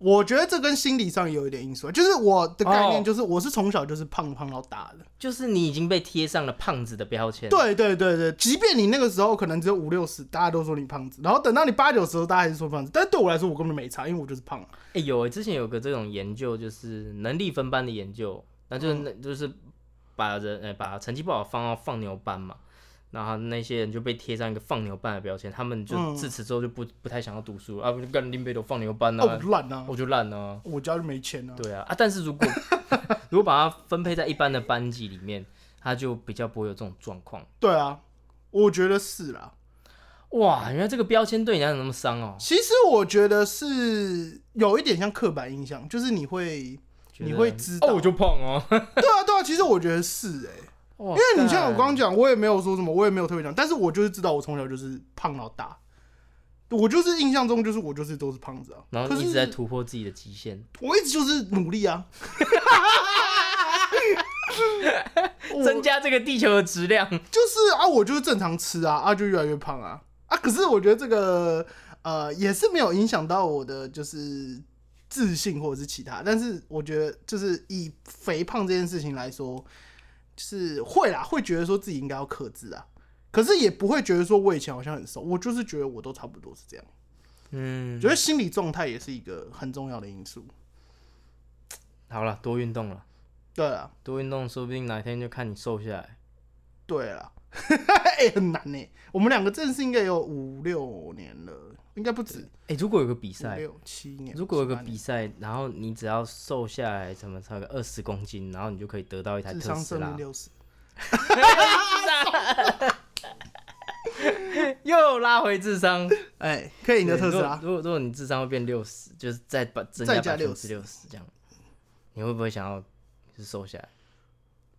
[SPEAKER 1] 我觉得这跟心理上有一点因素，啊就是我的概念
[SPEAKER 2] 哦
[SPEAKER 1] 就是我是从小就是胖胖到大的。
[SPEAKER 2] 就是你已经被贴上了胖子的标签，，
[SPEAKER 1] 对对对对，即便你那个时候可能只有五六十，大家都说你胖子，然后等到你八九十的时候，大家还是说胖子。但对我来说，我根本没差，因为我就是胖啊。
[SPEAKER 2] 哎、有欸之前有个这种研究，就是能力分班的
[SPEAKER 1] 嗯
[SPEAKER 2] 研究，那就是、那就是把人呃把成绩不好放到放牛班嘛，然后那些人就被贴上一个放牛班的标签，他们就
[SPEAKER 1] 嗯
[SPEAKER 2] 自此之后就不不太想要读书啊，不就干林北都放牛班
[SPEAKER 1] 那我
[SPEAKER 2] 啊，
[SPEAKER 1] 烂啊，
[SPEAKER 2] 我就烂啊，
[SPEAKER 1] 我家就没钱啊。
[SPEAKER 2] 对啊啊！但是 如果如果把它分配在一般的班级里面，他就比较不会有这种状况。
[SPEAKER 1] 对啊，我觉得是啦。
[SPEAKER 2] 哇，原来这个标签对你来讲那么伤哦，
[SPEAKER 1] 其实我觉得是有一点像刻板印象，就是你会，
[SPEAKER 2] 觉得
[SPEAKER 1] 你会知道。
[SPEAKER 2] 哦，我就胖哦，
[SPEAKER 1] 对啊，对啊，其实我觉得是哎、
[SPEAKER 2] 因
[SPEAKER 1] 因为你像我刚刚讲，我也没有说什么，我也没有特别讲，但是我就是知道我从小就是胖到大，我就是印象中就是我就是都是胖子啊。
[SPEAKER 2] 然后
[SPEAKER 1] 可
[SPEAKER 2] 一
[SPEAKER 1] 是
[SPEAKER 2] 直在突破自己的极限，
[SPEAKER 1] 我一直就是努力 啊， 我
[SPEAKER 2] 增加这个地球的质量。
[SPEAKER 1] 就是啊，我就是正常吃啊，啊就越来越胖啊啊！可是我觉得这个呃也是没有影响到我的就是自信或者是其他，但是我觉得就是以肥胖这件事情来说，就是会啦，会觉得说自己应该要克制啊，可是也不会觉得说我以前好像很瘦，我就是觉得我都差不多是这样。
[SPEAKER 2] 嗯，
[SPEAKER 1] 觉得心理状态也是一个很重要的因素。
[SPEAKER 2] 好了，多运动了，
[SPEAKER 1] 对啊，
[SPEAKER 2] 多运动，说不定哪天就看你瘦下来。
[SPEAKER 1] 对啊， 哎、很难呢、我们两个正式应该有五六年了，应该不止。
[SPEAKER 2] 哎、如果有个比
[SPEAKER 1] 五
[SPEAKER 2] 赛，
[SPEAKER 1] 六七年，
[SPEAKER 2] 如果有个
[SPEAKER 1] 七八年
[SPEAKER 2] 比赛，然后你只要瘦下来，什么差个二十公斤，然后你就可以得到一台
[SPEAKER 1] 智
[SPEAKER 2] 特
[SPEAKER 1] 商
[SPEAKER 2] 斯
[SPEAKER 1] 胜率
[SPEAKER 2] 拉。
[SPEAKER 1] 六十，
[SPEAKER 2] 又拉回智商，
[SPEAKER 1] 哎，可以赢得特斯拉。
[SPEAKER 2] 如果如果如果你智商会变六十，就是再把增
[SPEAKER 1] 再
[SPEAKER 2] 加
[SPEAKER 1] 加
[SPEAKER 2] 百分之六十这样，你会不会想要就是瘦下来？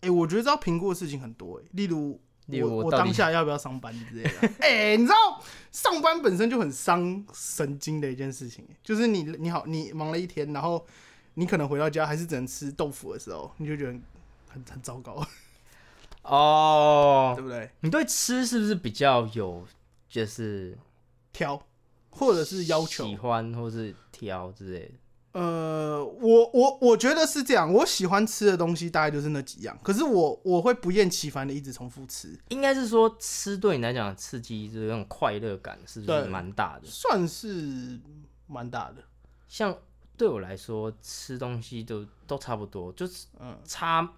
[SPEAKER 1] 哎，我觉得要评估的事情很多，哎，例如
[SPEAKER 2] 例如
[SPEAKER 1] 我
[SPEAKER 2] 我
[SPEAKER 1] 我
[SPEAKER 2] 到底
[SPEAKER 1] 当下要不要上班之类的。 哎，你知道上班本身就很伤神经的一件事情，哎就是你你好你忙了一天，然后你可能回到家还是只能吃豆腐的时候，你就觉得很很很糟糕，
[SPEAKER 2] 哦
[SPEAKER 1] 对，不对？
[SPEAKER 2] 你对吃是不是比较有就是
[SPEAKER 1] 挑或者是要求
[SPEAKER 2] 喜，欢或是挑之类的？
[SPEAKER 1] 呃，我我我觉得是这样，我喜欢吃的东西大概就是那几样，可是我我会不厌其烦的一直重复吃，
[SPEAKER 2] 应该是说吃对你来讲的刺激，就是那种快乐感，是不是
[SPEAKER 1] 对
[SPEAKER 2] 蛮大的？
[SPEAKER 1] 算是蛮大的。
[SPEAKER 2] 像对我来说，吃东西都都差不多，就是
[SPEAKER 1] 嗯
[SPEAKER 2] 差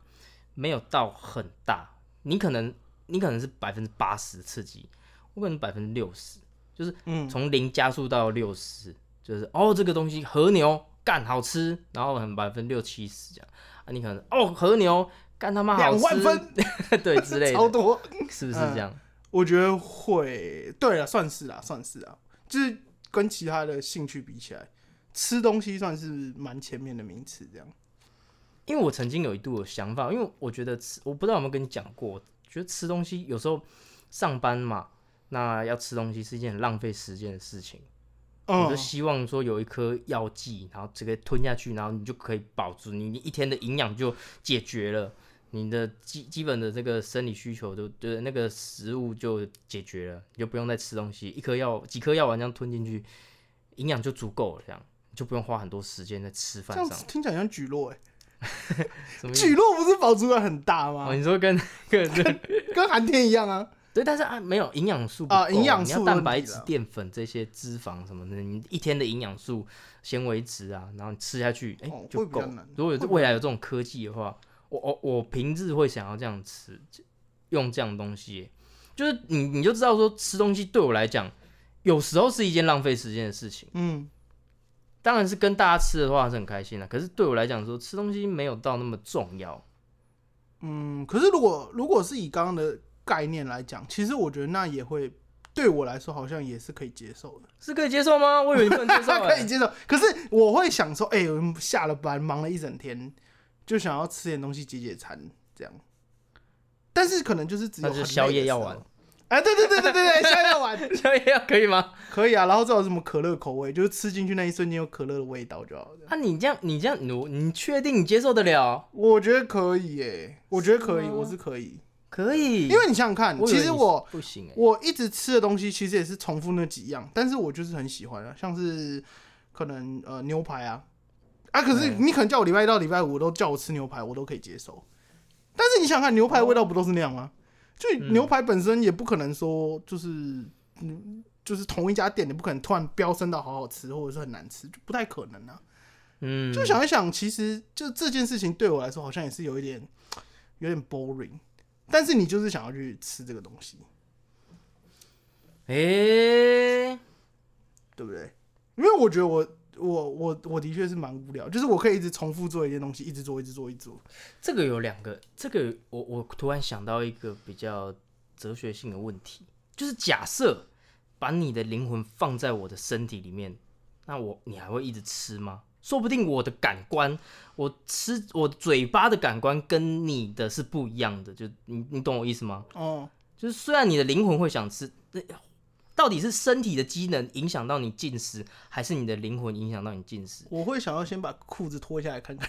[SPEAKER 2] 没有到很大。你可能你可能是百分之八十刺激，我可能百分之六十，就是
[SPEAKER 1] 嗯
[SPEAKER 2] 从零加速到六十，就是哦这个东西和牛干好吃，然后很百分之六七十这样啊，你可能哦和牛干他妈好吃，
[SPEAKER 1] 两万分
[SPEAKER 2] 对之类
[SPEAKER 1] 超嗯
[SPEAKER 2] 的，
[SPEAKER 1] 多，
[SPEAKER 2] 是不是这样？
[SPEAKER 1] 我觉得会，对了，啊算是啦，算是啦，就是跟其他的兴趣比起来，吃东西算是蛮前面的名词，这样。
[SPEAKER 2] 因为我曾经有一度有想法，因为我觉得吃，我不知道有没有跟你讲过，我觉得吃东西有时候上班嘛，那要吃东西是一件很浪费时间的事情。我就
[SPEAKER 1] 嗯，
[SPEAKER 2] 希望说有一颗药剂，然后直接吞下去，然后你就可以保住你你一天的营养就解决了，你的基基本的这个生理需求就对那个食物就解决了，你就不用再吃东西，一颗药几颗药丸这样吞进去，营养就足够了，这样就不用花很多时间在吃
[SPEAKER 1] 这
[SPEAKER 2] 饭
[SPEAKER 1] 样
[SPEAKER 2] 上
[SPEAKER 1] 子。听起来像举落哎、
[SPEAKER 2] 什么意思
[SPEAKER 1] 举落不是饱足感很大吗
[SPEAKER 2] 哦，？你说跟跟
[SPEAKER 1] 跟寒天一样啊。
[SPEAKER 2] 对，但是啊，没有营养素不
[SPEAKER 1] 啊
[SPEAKER 2] 够
[SPEAKER 1] 营养
[SPEAKER 2] 你要
[SPEAKER 1] 素
[SPEAKER 2] 蛋
[SPEAKER 1] 问
[SPEAKER 2] 白
[SPEAKER 1] 题
[SPEAKER 2] 质
[SPEAKER 1] 啦、
[SPEAKER 2] 淀粉这些脂肪什么的，你一天的营养素、纤维质啊，然后你吃下去，哎、
[SPEAKER 1] 哦
[SPEAKER 2] 就
[SPEAKER 1] 会比
[SPEAKER 2] 够
[SPEAKER 1] 较
[SPEAKER 2] 了
[SPEAKER 1] 难。
[SPEAKER 2] 如果有
[SPEAKER 1] 会比
[SPEAKER 2] 未来有这种科技的话，我我我平日会想要这样吃，用这样的东西耶，就是你你就知道说吃东西对我来讲，有时候是一件浪费时间的事情。
[SPEAKER 1] 嗯，
[SPEAKER 2] 当然是跟大家吃的话是很开心的，可是对我来讲说吃东西没有到那么重要。
[SPEAKER 1] 嗯，可是如果如果是以刚刚的概念来讲，其实我觉得那也会对我来说好像也是可以接受的，
[SPEAKER 2] 是可以接受吗？我以为 你不能接受、
[SPEAKER 1] 可以
[SPEAKER 2] 欸。
[SPEAKER 1] 接受。可是我会想说，哎、我们下了班忙了一整天，就想要吃点东西解解馋，这样。但是可能就是只有
[SPEAKER 2] 那就
[SPEAKER 1] 很
[SPEAKER 2] 宵
[SPEAKER 1] 累
[SPEAKER 2] 夜
[SPEAKER 1] 的
[SPEAKER 2] 要
[SPEAKER 1] 时候
[SPEAKER 2] 玩，
[SPEAKER 1] 哎，对对对对对 对，宵夜玩
[SPEAKER 2] 宵夜要 可以吗？
[SPEAKER 1] 可以啊。然后最好是什么可乐口味，就是吃进去那一瞬间有可乐的味道就好了。
[SPEAKER 2] 啊，你这样，你这样，你你确定你接受得了？
[SPEAKER 1] 我觉得可以耶、我觉得可以，
[SPEAKER 2] 是吗
[SPEAKER 1] 我是可以，
[SPEAKER 2] 可以，
[SPEAKER 1] 因为你想想看，
[SPEAKER 2] 嗯以为
[SPEAKER 1] 其实
[SPEAKER 2] 你
[SPEAKER 1] 我
[SPEAKER 2] 不行哎、
[SPEAKER 1] 我一直吃的东西其实也是重复那几样，但是我就是很喜欢啊，像是可能呃牛排啊，啊，可是你可能叫我礼拜一到礼拜五都叫我吃牛排，我都可以接受。但是你想想看，牛排味道不都是那样吗？就牛排本身也不可能说就是嗯，就是同一家店，你不可能突然飙升到好好吃或者是很难吃，就不太可能啊。
[SPEAKER 2] 嗯，
[SPEAKER 1] 就想一想，其实就这件事情对我来说好像也是有一点有点 boring，但是你就是想要去吃这个东西。
[SPEAKER 2] 诶、
[SPEAKER 1] 对不对？因为我觉得我我我我的确是蛮无聊，就是我可以一直重复做一件东西，一直做，一直做，一直做。
[SPEAKER 2] 这个有两个，这个我我突然想到一个比较哲学性的问题，就是假设把你的灵魂放在我的身体里面，那我你还会一直吃吗？说不定我的感官，我吃我嘴巴的感官跟你的是不一样的，就你你懂我意思吗？
[SPEAKER 1] 哦、
[SPEAKER 2] 就是虽然你的灵魂会想吃，那到底是身体的机能影响到你进食，还是你的灵魂影响到你进食？
[SPEAKER 1] 我会想要先把裤子脱下来看 看。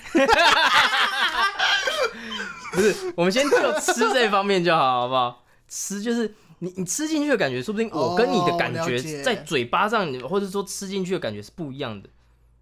[SPEAKER 2] 不是，我们先就吃这方面就好，好不好？吃就是你你吃进去的感觉，说不定我跟你的感
[SPEAKER 1] 哦了
[SPEAKER 2] 觉
[SPEAKER 1] 解
[SPEAKER 2] 在嘴巴上，你或者说吃进去的感觉是不一样的。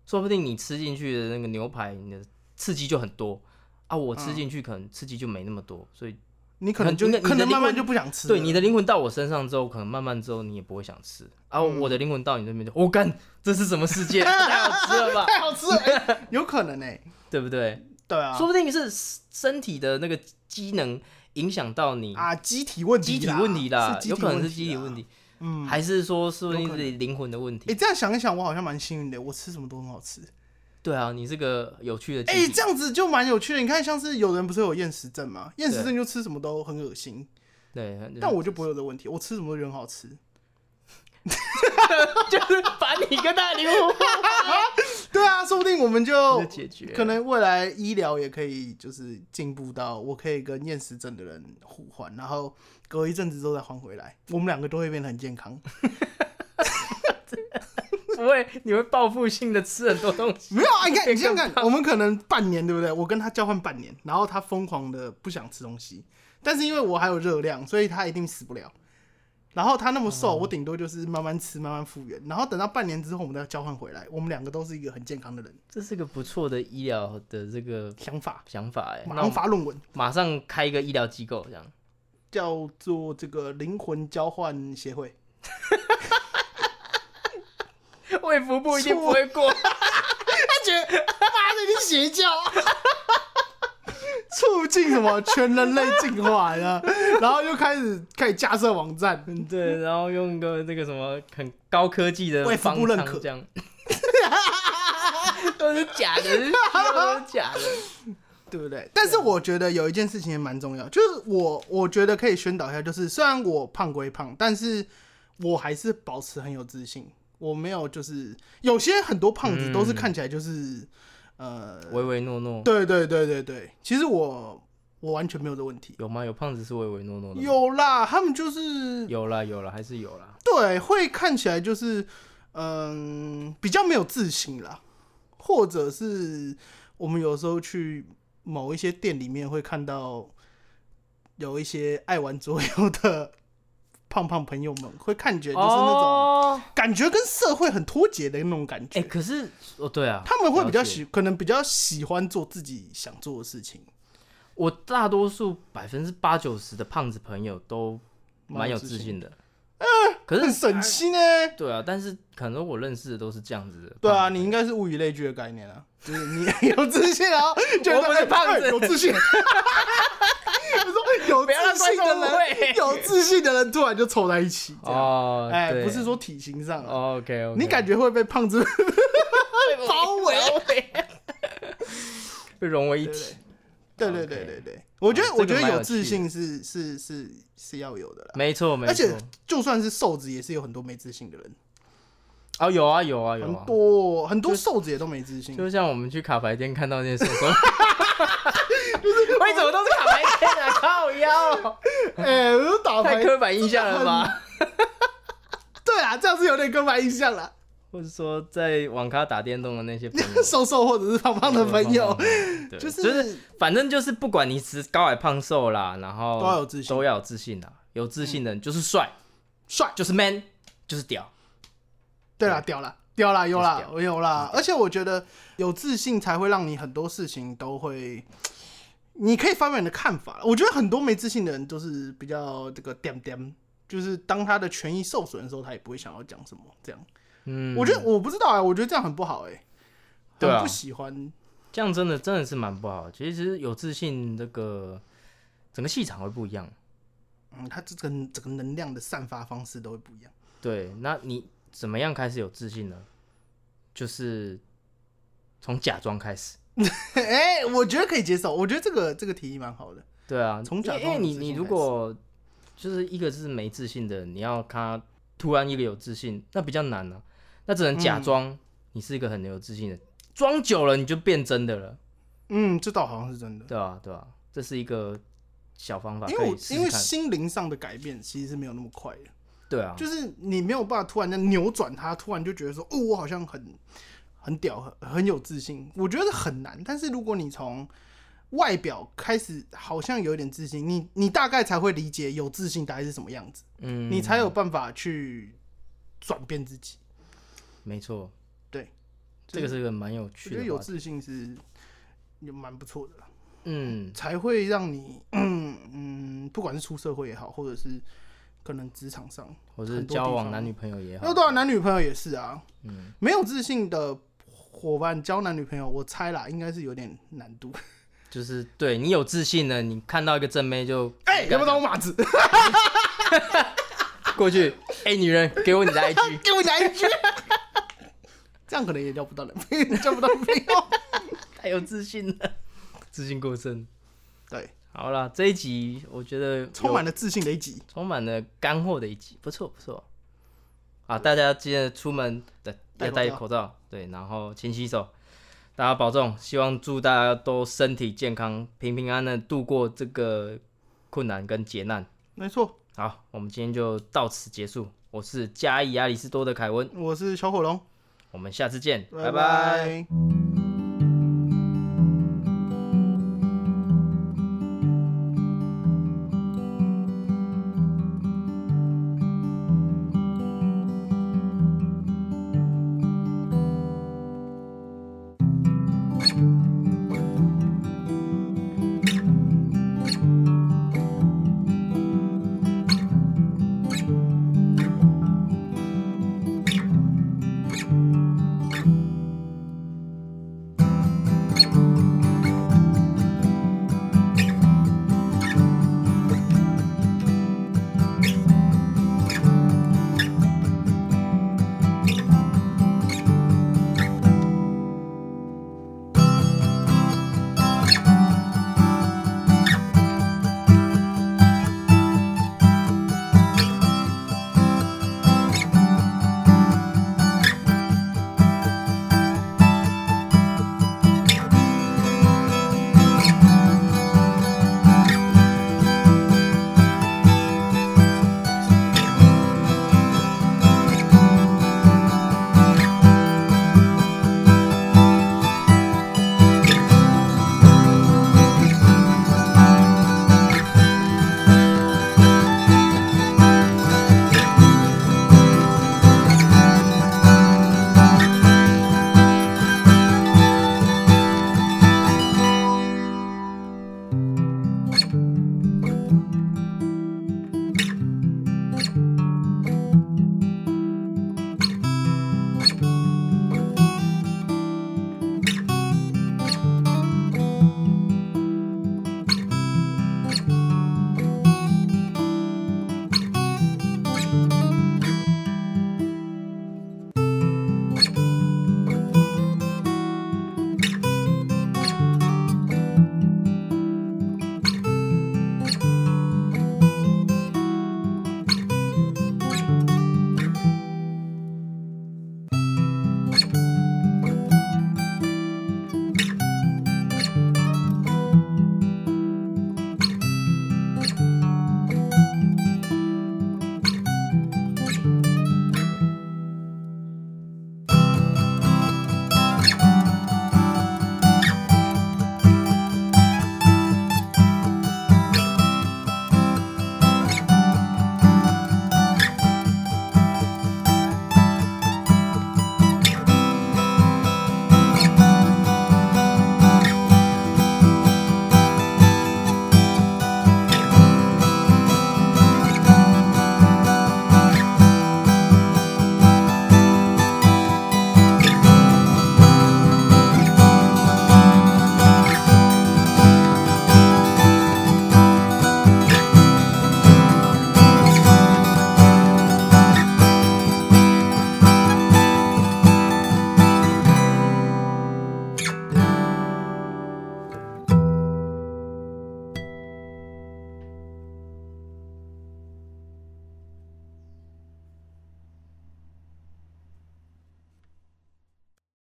[SPEAKER 2] 说不定你吃进去的那个牛排，你的刺激就很多啊，我
[SPEAKER 1] 嗯
[SPEAKER 2] 吃进去可能刺激就没那么多，所以
[SPEAKER 1] 你可能就
[SPEAKER 2] 你的你的
[SPEAKER 1] 可能慢
[SPEAKER 2] 灵
[SPEAKER 1] 慢
[SPEAKER 2] 魂
[SPEAKER 1] 就不想吃了。
[SPEAKER 2] 对你的灵魂到我身上之后，可能慢慢之后你也不会想吃啊。
[SPEAKER 1] 嗯
[SPEAKER 2] 我的灵魂到你那边就，我、干，这是什么 世界？太好吃了吧，
[SPEAKER 1] 太好吃了，哎有可能哎、
[SPEAKER 2] 对不对？
[SPEAKER 1] 对啊，
[SPEAKER 2] 说不定是身体的那个机能影响到你
[SPEAKER 1] 啊，机体问题
[SPEAKER 2] 机
[SPEAKER 1] 啦，
[SPEAKER 2] 体问题啦，
[SPEAKER 1] 是
[SPEAKER 2] 有可能是机体
[SPEAKER 1] 啦
[SPEAKER 2] 问。题，
[SPEAKER 1] 嗯，
[SPEAKER 2] 还是说是不
[SPEAKER 1] 有
[SPEAKER 2] 是
[SPEAKER 1] 可
[SPEAKER 2] 自己灵魂的问
[SPEAKER 1] 哎、
[SPEAKER 2] 题？
[SPEAKER 1] 这样想一想，我好像蛮幸运的，我吃什么都很好吃。
[SPEAKER 2] 对啊，你是个有趣的
[SPEAKER 1] 哎、
[SPEAKER 2] 机体，
[SPEAKER 1] 这样子就蛮有趣的。你看，像是有人不是有厌食症吗？厌食症就吃什么都很恶心，
[SPEAKER 2] 对，很
[SPEAKER 1] 但我就不会有这问题，我吃什么都觉得很好吃。
[SPEAKER 2] 就是把你跟他灵魂
[SPEAKER 1] 对啊，说不定我们就
[SPEAKER 2] 的解决，
[SPEAKER 1] 可能未来医疗也可以就是进步到我可以跟厌食症的人互换，然后隔一阵子之后再换回来，我们两个都会变得很健 康。
[SPEAKER 2] 不会，你会报复性的吃很多东西，
[SPEAKER 1] 没有啊，你看你想想看，我们可能半年对不对？我跟他交换半年，然后他疯狂的不想吃东西，但是因为我还有热量，所以他一定死不了。然后他那么
[SPEAKER 2] 嗯
[SPEAKER 1] 瘦，我顶多就是慢慢吃，慢慢复原。然后等到半年之后，我们再交换回来，我们两个都是一个很健康的人。
[SPEAKER 2] 这是个不错的医疗的这个
[SPEAKER 1] 想法，
[SPEAKER 2] 想法哎，
[SPEAKER 1] 马
[SPEAKER 2] 那我
[SPEAKER 1] 上发论文，
[SPEAKER 2] 马上开一个医疗机构这样，
[SPEAKER 1] 叫做这个灵魂交换协会。
[SPEAKER 2] 卫福部一定不会过，
[SPEAKER 1] 他觉得妈的，你邪教、啊，促进什么 全人类进化呀？然后又开始开始架设网站， 嗯
[SPEAKER 2] 对，然后用个这个什么很高科技的
[SPEAKER 1] 卫福
[SPEAKER 2] 方
[SPEAKER 1] 部认
[SPEAKER 2] 舱
[SPEAKER 1] 可
[SPEAKER 2] 这样， 都是假的， 这些都是假的。
[SPEAKER 1] 对不对？但是我觉得有一件事情也蛮重要，就是我我觉得可以宣导一下，就是虽然我胖归胖，但是我还是保持很有自信。我没有就是有些很多胖子都是看起来就是、呃，
[SPEAKER 2] 唯唯诺诺，
[SPEAKER 1] 对对对对对，其实我我完全没有这问题。
[SPEAKER 2] 有吗？有胖子是唯唯诺诺的吗，
[SPEAKER 1] 有啦，他们就是
[SPEAKER 2] 有啦有啦，还是有啦。
[SPEAKER 1] 对会看起来就是嗯比较没有自信啦，或者是我们有时候去某一些店里面会看到有一些爱玩桌游的胖胖朋友们，会看起来就是那种
[SPEAKER 2] 哦，
[SPEAKER 1] 感觉跟社会很脱节的那种感觉。
[SPEAKER 2] 哎，可是哦，对啊，
[SPEAKER 1] 他们会比较
[SPEAKER 2] 了解
[SPEAKER 1] 喜，可能比较喜欢做自己想做的事情，
[SPEAKER 2] 我大多数百分之八九十的胖子朋友都蛮有自信的。可
[SPEAKER 1] 哎很
[SPEAKER 2] 是
[SPEAKER 1] 神奇呢。
[SPEAKER 2] 对啊，但是可能我认识的都是这样子的。
[SPEAKER 1] 对啊，，你应该是物以类聚的概念啊，就是你 有自信啊，觉得
[SPEAKER 2] 我不是
[SPEAKER 1] 哎
[SPEAKER 2] 胖子
[SPEAKER 1] 哎有 自信。我说有
[SPEAKER 2] 不要让
[SPEAKER 1] 自信
[SPEAKER 2] 观众
[SPEAKER 1] 的人，
[SPEAKER 2] 误会
[SPEAKER 1] 有自信的人突然就凑在一起，这样，
[SPEAKER 2] 哦，
[SPEAKER 1] 哎，
[SPEAKER 2] 对
[SPEAKER 1] 不是说体型上啊，
[SPEAKER 2] 哦，OK，
[SPEAKER 1] 你感觉会被胖子
[SPEAKER 2] 被
[SPEAKER 1] 包围
[SPEAKER 2] 围， 被融为一体。
[SPEAKER 1] 对对对对
[SPEAKER 2] 哦
[SPEAKER 1] 对，我觉得我觉
[SPEAKER 2] 这个
[SPEAKER 1] 得
[SPEAKER 2] 蛮有
[SPEAKER 1] 有自信是是是是要有的啦，
[SPEAKER 2] 没错，没
[SPEAKER 1] 而
[SPEAKER 2] 错
[SPEAKER 1] 且。就算是瘦子也是有很多没自信的人，
[SPEAKER 2] 哦，有啊，有啊，有
[SPEAKER 1] 很
[SPEAKER 2] 啊。
[SPEAKER 1] 多很多瘦子也都没自信，
[SPEAKER 2] 就像我们去卡牌店看到那些手工，为 什么都是卡牌店啊？靠腰，
[SPEAKER 1] 哎，我都打
[SPEAKER 2] 太
[SPEAKER 1] 牌，
[SPEAKER 2] 刻板印象了 吧？
[SPEAKER 1] 对啊，这样是有点刻板印象啦，，
[SPEAKER 2] 或者说在网咖打电动的那些 朋友哦
[SPEAKER 1] 瘦瘦或者是胖胖的朋友，
[SPEAKER 2] 对，
[SPEAKER 1] 就
[SPEAKER 2] 就是是反正就是不管你是高矮胖瘦啦，然后
[SPEAKER 1] 都要有自信
[SPEAKER 2] 都要有自信啦。有自信的人就是帅，
[SPEAKER 1] 帅。
[SPEAKER 2] 就是 man，就是屌。
[SPEAKER 1] 对啦，屌啦，屌啦，有
[SPEAKER 2] 就是
[SPEAKER 1] 啦，
[SPEAKER 2] 屌嗯
[SPEAKER 1] 我有啦。而且我觉得有自信才会让你很多事情都会，你可以发表你的看法。我觉得很多没自信的人都是比较这个点点，就是当他的权益受损的时候，他也不会想要讲什么。这样，
[SPEAKER 2] 嗯，
[SPEAKER 1] 我觉得我不知道哎、我觉得这样很不好哎、
[SPEAKER 2] 对啊
[SPEAKER 1] 很不喜欢。
[SPEAKER 2] 这样真的真的是蛮不好的。其实有自信，这个整个气场会不一样。
[SPEAKER 1] 嗯，他这个整个能量的散发方式都会不一样。
[SPEAKER 2] 对，那你怎么样开始有自信呢？就是从假装开始。
[SPEAKER 1] 哎、我觉得可以接受，我觉得这个这个提议蛮好的。
[SPEAKER 2] 对啊，
[SPEAKER 1] 从假
[SPEAKER 2] 因为因
[SPEAKER 1] 装
[SPEAKER 2] 为
[SPEAKER 1] 有
[SPEAKER 2] 你
[SPEAKER 1] 自
[SPEAKER 2] 你
[SPEAKER 1] 信
[SPEAKER 2] 如
[SPEAKER 1] 开始
[SPEAKER 2] 果就是一个是没自信的，你要他突然一个有自信，那比较难啊。那只能
[SPEAKER 1] 嗯
[SPEAKER 2] 假装你是一个很有自信的，装、久了你就变真的了，
[SPEAKER 1] 嗯，这倒好像是真的，
[SPEAKER 2] 对啊？对啊？这是一个小方法，
[SPEAKER 1] 因为
[SPEAKER 2] 可
[SPEAKER 1] 我
[SPEAKER 2] 以试
[SPEAKER 1] 因
[SPEAKER 2] 试
[SPEAKER 1] 为
[SPEAKER 2] 看。
[SPEAKER 1] 心灵上的改变其实是没有那么快的，
[SPEAKER 2] 对啊，
[SPEAKER 1] 就是你没有办法突然间扭转它，突然就觉得说，哦，我好像很很屌，很很有自信。我觉得很难，但是如果你从外表开始，好像有一点自信，你你大概才会理解有自信大概是什么样子，
[SPEAKER 2] 嗯，
[SPEAKER 1] 你才有办法去转变自己。
[SPEAKER 2] 没错，
[SPEAKER 1] 对，
[SPEAKER 2] 这个是一个蛮有
[SPEAKER 1] 我
[SPEAKER 2] 趣
[SPEAKER 1] 觉得
[SPEAKER 2] 的
[SPEAKER 1] 有
[SPEAKER 2] 话题。
[SPEAKER 1] 自信是也蛮不错的。
[SPEAKER 2] 嗯，
[SPEAKER 1] 才会让你，嗯嗯，不管是出社会也好，或者是可能职场上，
[SPEAKER 2] 或是
[SPEAKER 1] 很多
[SPEAKER 2] 交
[SPEAKER 1] 地
[SPEAKER 2] 往
[SPEAKER 1] 方
[SPEAKER 2] 男女朋友也好
[SPEAKER 1] 那，对啊，男女朋友也是啊，
[SPEAKER 2] 嗯，
[SPEAKER 1] 没有自信的伙伴交男女朋友，我猜啦，应该是有点难度。
[SPEAKER 2] 就是对你有自信了，你看到一个正妹就
[SPEAKER 1] 哎、要不要当我马子？
[SPEAKER 2] 过去，哎、女人，给我你的 IG。
[SPEAKER 1] 给我来一句， 这样可能也交不到男朋友，交不到朋友。
[SPEAKER 2] 太有自信了， 自信过剩。
[SPEAKER 1] 对，
[SPEAKER 2] 好啦，这一集我觉得
[SPEAKER 1] 充满
[SPEAKER 2] 了
[SPEAKER 1] 了自信的一集，
[SPEAKER 2] 充满了干货的一集，不错不错。啊，大家记得出门对
[SPEAKER 1] 戴
[SPEAKER 2] 要
[SPEAKER 1] 口罩
[SPEAKER 2] 戴口罩，对，然后勤洗手，大家保重。希望祝大家都身体健康，平平安安地度过这个困难跟劫难。
[SPEAKER 1] 没错。
[SPEAKER 2] 好，我们今天就到此结束。我是嘉义亚里士多的凯文，
[SPEAKER 1] 我是小火龙，
[SPEAKER 2] 我们下次见，拜
[SPEAKER 1] 拜
[SPEAKER 2] 拜
[SPEAKER 1] 拜